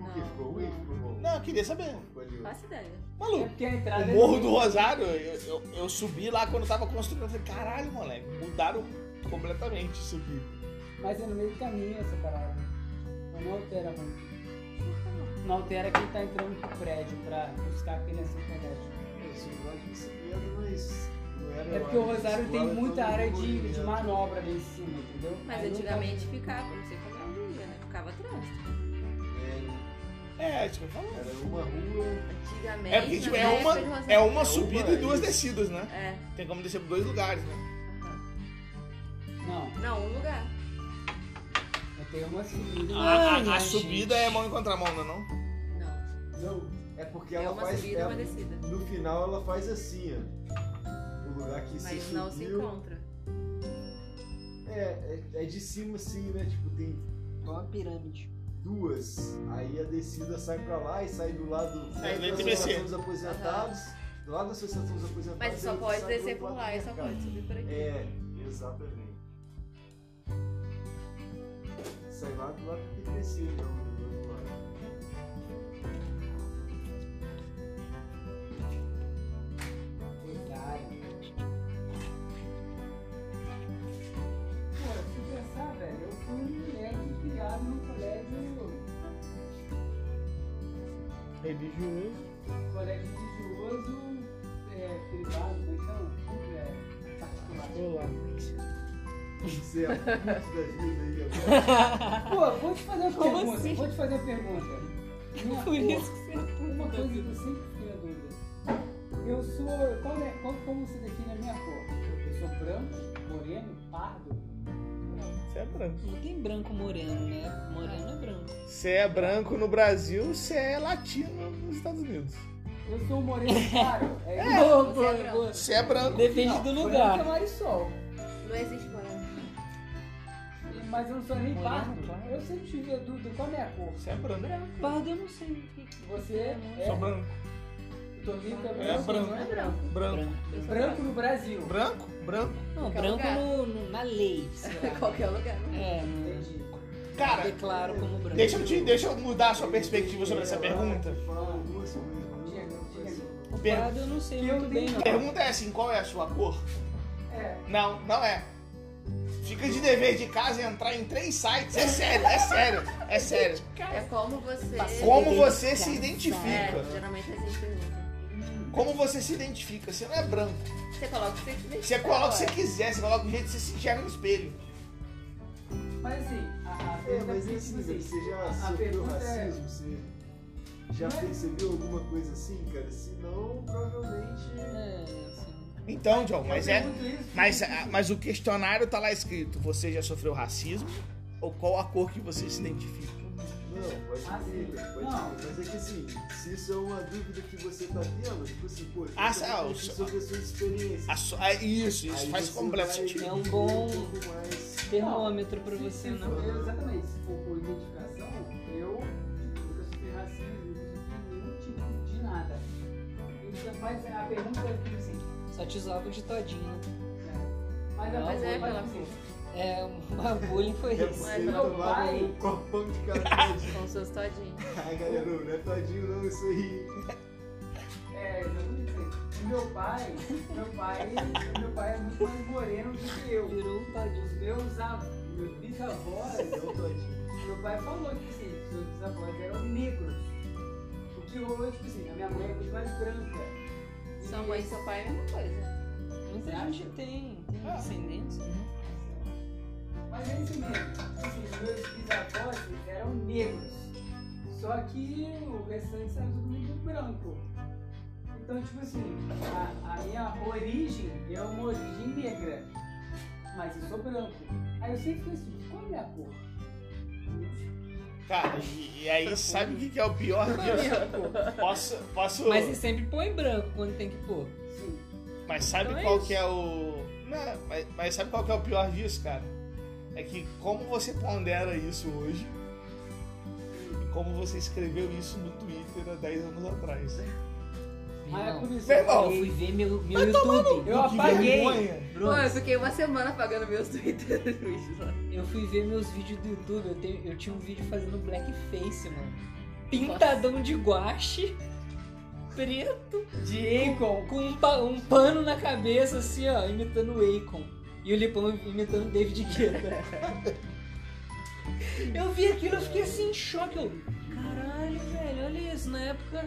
E: O que ficou ruim? Ficou bom.
D: Não, eu queria saber.
E: Ficou ali, ó.
C: Faço ideia.
A: É
D: Maluco.
A: porque a
D: O
A: entrada é
D: Morro do Rosário, eu, eu, eu subi lá quando tava construindo. Eu falei, caralho, moleque, mudaram completamente isso aqui.
A: Mas é no meio do caminho essa parada. Então não altera muito. Não altera quem tá entrando pro prédio pra buscar a criança no colégio.
E: Isso, eu gosto de bicicleta, mas não era
A: É porque o
E: hora de
A: Rosário tem
E: escola,
A: muita
E: todo
A: área
E: mundo
A: de, de
E: movimento.
A: manobra ali em cima, entendeu?
C: Mas
A: Aí não
C: antigamente ficava, não sei como é hoje em dia, né? Ficava trânsito.
E: É,
D: É, tipo, eu falo.
E: Era uma rua.
C: Antigamente.
D: É porque, tipo,
C: na
D: é
C: época
D: uma,
C: de Rosário-
D: é uma subida e duas
E: isso.
D: descidas, né?
C: É.
D: Tem como descer por dois lugares, né?
C: aham.
A: Não,
C: Não, um lugar.
A: é Tem uma subida.
D: A, a-
B: Ai,
D: a
B: ai,
D: subida
B: gente.
D: é mão em contramão, não é não?
C: Não.
E: Não, é porque
C: é
E: ela
C: uma é
E: faz.
C: subida e
E: ela-
C: uma descida.
E: no final ela faz assim, ó. O lugar que
C: Mas
E: se
C: não se
E: subiu.
C: encontra.
E: é, é, é de cima assim, né? Tipo, tem
B: Igual uma pirâmide.
E: duas. Aí a descida sai pra lá e sai do lado
C: Sai
E: da
C: do
E: Associação
D: ITBC.
E: dos Aposentados. Do lado da Associação dos Aposentados.
C: Mas só
E: aí
C: pode
E: sai
C: descer
E: pro
C: por
E: lado
C: lá
E: do
C: e só
E: mercado.
C: pode subir por aqui.
E: É, exatamente. Sai lá do lado do ITBC, não. né? do outro lado.
A: Otário. Pô, se pensar, velho, eu fui um moleque criado num colégio, colégio religioso, é, privado, como é que chama? É, particular.
E: Você é a puta da vida aí agora.
A: Pô, vou te fazer uma
B: Como
A: pergunta,
B: assim?
A: vou te fazer uma pergunta. Minha
B: Por
A: porra.
B: isso que você
A: Uma coisa que eu sempre fiquei na dúvida. Eu sou. Qual é, qual, como você define a minha cor? Eu sou branco, moreno, pardo?
D: Você é branco.
B: Não tem branco moreno, né? Moreno é branco.
D: Você é branco no Brasil, você é latino nos Estados Unidos.
A: Eu sou um moreno claro. É, isso.
B: Boa,
C: você
B: boa,
C: é branco.
B: boa.
D: Você é branco.
B: Depende do
A: Branco é
B: lugar.
A: marisol.
C: Não existe moreno.
A: Mas eu não sou nem
B: Moreno,
A: pardo.
B: claro.
A: Eu sempre tive a dúvida qual é a minha cor.
D: Você é branco.
B: Pardo eu não sei o que que
A: Você é.
D: Sou branco.
A: O Tomico é branco.
D: É branco.
A: não
C: Não
A: é?
C: é branco.
D: Branco.
C: Eu sou
A: Branco no Brasil.
D: Branco? Branco.
B: Não,
C: Qualquer
B: branco
C: lugar.
B: no, no- na lei, sei
A: *laughs*
C: Em
B: lá.
C: *laughs* qualquer lugar.
B: É,
A: Entendi.
D: Cara,
B: eu declaro como branco.
D: deixa eu, te, deixa eu mudar a sua perspectiva sobre essa pergunta.
E: Fala algumas coisas, mas
A: Diego,
E: não vai
A: Diego.
E: ser.
B: O pardo eu não sei
A: Eu
B: muito bem,
A: tenho-
B: não.
D: A pergunta é assim, qual é a sua cor?
A: É.
D: Não, não é. Fica de dever de casa e entrar em três sites. É sério, é sério, é sério.
C: É como você.
D: Como você se
C: É,
D: identifica?
C: geralmente existe pergunta.
D: Como você se identifica? Você não é branco.
C: Você coloca o que você quiser.
D: Você coloca o que você quiser, você coloca o jeito que você se enxerga no espelho.
A: Mas assim, a, a
E: É,
A: pergunta
E: mas
A: é
E: é
A: tipo
E: assim,
A: assim.
E: você já
A: a
E: sofreu
A: pergunta é-
E: racismo? Você já
A: Não é?
E: percebeu alguma coisa assim, cara? Se não, provavelmente.
B: É, assim,
D: Então, John, mas é.
A: pergunto isso,
D: Mas, a- mas o questionário tá lá escrito: você já sofreu racismo? Ou qual a cor que você se identifica?
E: Não, pode
A: Ah,
E: crer,
A: sim.
E: cara, pode
A: Não.
E: crer. Mas é que assim, se isso é uma dúvida que você tá tendo, tipo assim, pô,
D: Ah,
E: você
D: ah, o-
E: sobre a sua experiência.
D: A so- é isso, isso
E: Aí
D: faz
E: você
D: completo
E: vai
D: sentido.
B: É um bom-
E: um pouco mais.
B: termômetro pra
A: se-
B: você, né?
A: se
B: não.
A: for- eu, Exatamente. Se for por identificação, eu nunca sofri racismo, nunca sofri nenhum tipo de nada. Então, mas a pergunta é tipo assim.
B: Só te usava de todinho. né?
A: é, Mas a
B: Não,
A: mas
C: é
A: mas,
C: pela
A: assim,
B: É, o bullying *laughs* foi
E: É
B: isso.
E: porque
C: Mas,
E: eu
A: meu
E: tomava
A: pai-
E: um copão de *laughs* café.
C: Com seus todinhos.
E: Ai, galera, não é tadinho não isso aí.
A: É, eu vou dizer. O meu pai, meu pai, meu pai é muito mais moreno do que eu.
B: Virou um todinho.
A: Os meus avós, meus bisavós,
E: É um tadinho.
A: Meu pai falou que assim, os seus bisavós eram negros. O que rolou, tipo assim, a minha mãe é muito mais branca. E-
C: Sua mãe e seu pai é a mesma coisa.
B: Muita
A: Você
B: gente
A: acha?
B: tem, tem *laughs* descendência. né?
A: Mas é isso mesmo. Assim, os meus bisavós eles eram negros. Só que o restante saiu todo mundo branco. Então, tipo assim, a, a minha origem é uma origem negra. Mas eu sou branco. Aí eu sempre falei assim, qual é a minha cor?
D: Cara, e, e aí sabe o que, que é o pior disso? Posso. posso
B: né? Mas
D: mas,
B: você sempre põe branco quando tem que pôr.
A: Sim.
D: sabe
B: Então é
D: qual
B: isso.
D: que é o. Não, mas, mas sabe qual que é o pior disso, cara? É que como você pondera isso hoje e como você escreveu isso no Twitter há 10 anos atrás. né?
B: Meu
A: Aí é por
B: irmão,
A: isso.
D: Meu irmão,
B: eu fui ver meu, meu YouTube.
A: Eu
D: Que
A: apaguei.
D: vergonha.
C: Pô, eu fiquei uma semana pagando meus Twitter. *laughs*
B: Eu fui ver meus vídeos do YouTube. Eu, tenho- eu tinha um vídeo fazendo blackface, mano. Pintadão de guache, preto,
A: De Akon.
B: com um, pa- um pano na cabeça, assim, ó, imitando o Akon. E o Lipão imitando o David
A: *laughs*
B: Guetta. eu vi aquilo, eu fiquei assim em choque. Eu, caralho, velho, olha isso. Na época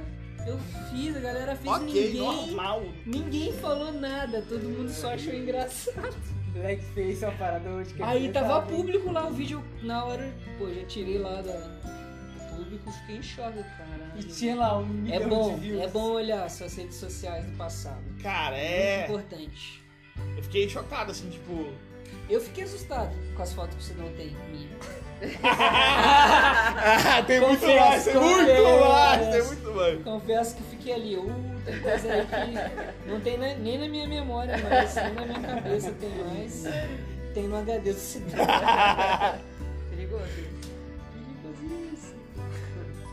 B: eu fiz, um a galera fez
D: Ok,
B: ninguém.
D: normal.
B: Ninguém falou nada, todo mundo só achou engraçado.
A: Blackface é uma parada hoje que é
B: Aí tava
A: pesada, hein?
B: público lá o vídeo na hora, pô, já tirei lá da do público, fiquei em choque, caralho.
A: E tinha lá um
B: É
A: milhão
B: bom,
A: de views.
B: é bom olhar suas redes sociais do passado.
D: Cara,
B: É
D: é.
B: importante. *laughs*
D: Eu fiquei chocado, assim, tipo. *laughs*
B: Eu fiquei assustado com as fotos que você não tem minha.
D: Ah, tem muito
B: Confesso,
D: mais, tem muito
B: confesso.
D: mais, tem muito *laughs* mais.
B: Confesso que fiquei ali, uh, tem coisa aí que não tem na- nem na minha memória mais, nem na minha cabeça tem mais. Tem no HD do *laughs* cidade.
C: Perigoso.
B: Perigoso isso.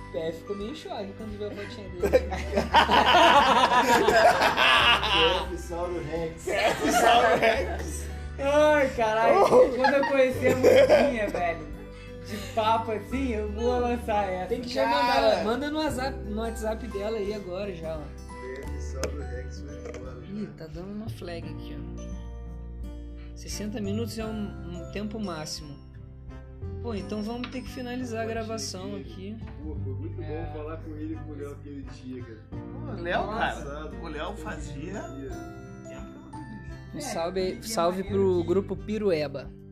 B: O pé É, ficou meio choque quando viu a fotinha dele.
E: Jeff, Sauro Rex.
D: é
A: Ai, caralho, quando eu conhecer a mocinha, velho, de papo assim, eu vou lançar essa.
B: Tem que já
D: Cara.
B: mandar, ela- manda no WhatsApp, no WhatsApp dela aí agora já, ó.
E: Jeff, Sauro Rex foi embora.
B: Ih, tá dando uma flag aqui, ó. 60 minutos é um, um tempo máximo. Pô, então vamos ter que finalizar a gravação aqui.
E: Pô, foi muito bom falar com ele e com o Léo aquele dia, cara.
D: O Léo, cara,
E: Engraçado,
D: o Léo
E: aquele
D: fazia-
E: dia.
B: É, Um salve, salve pro grupo Pirueba.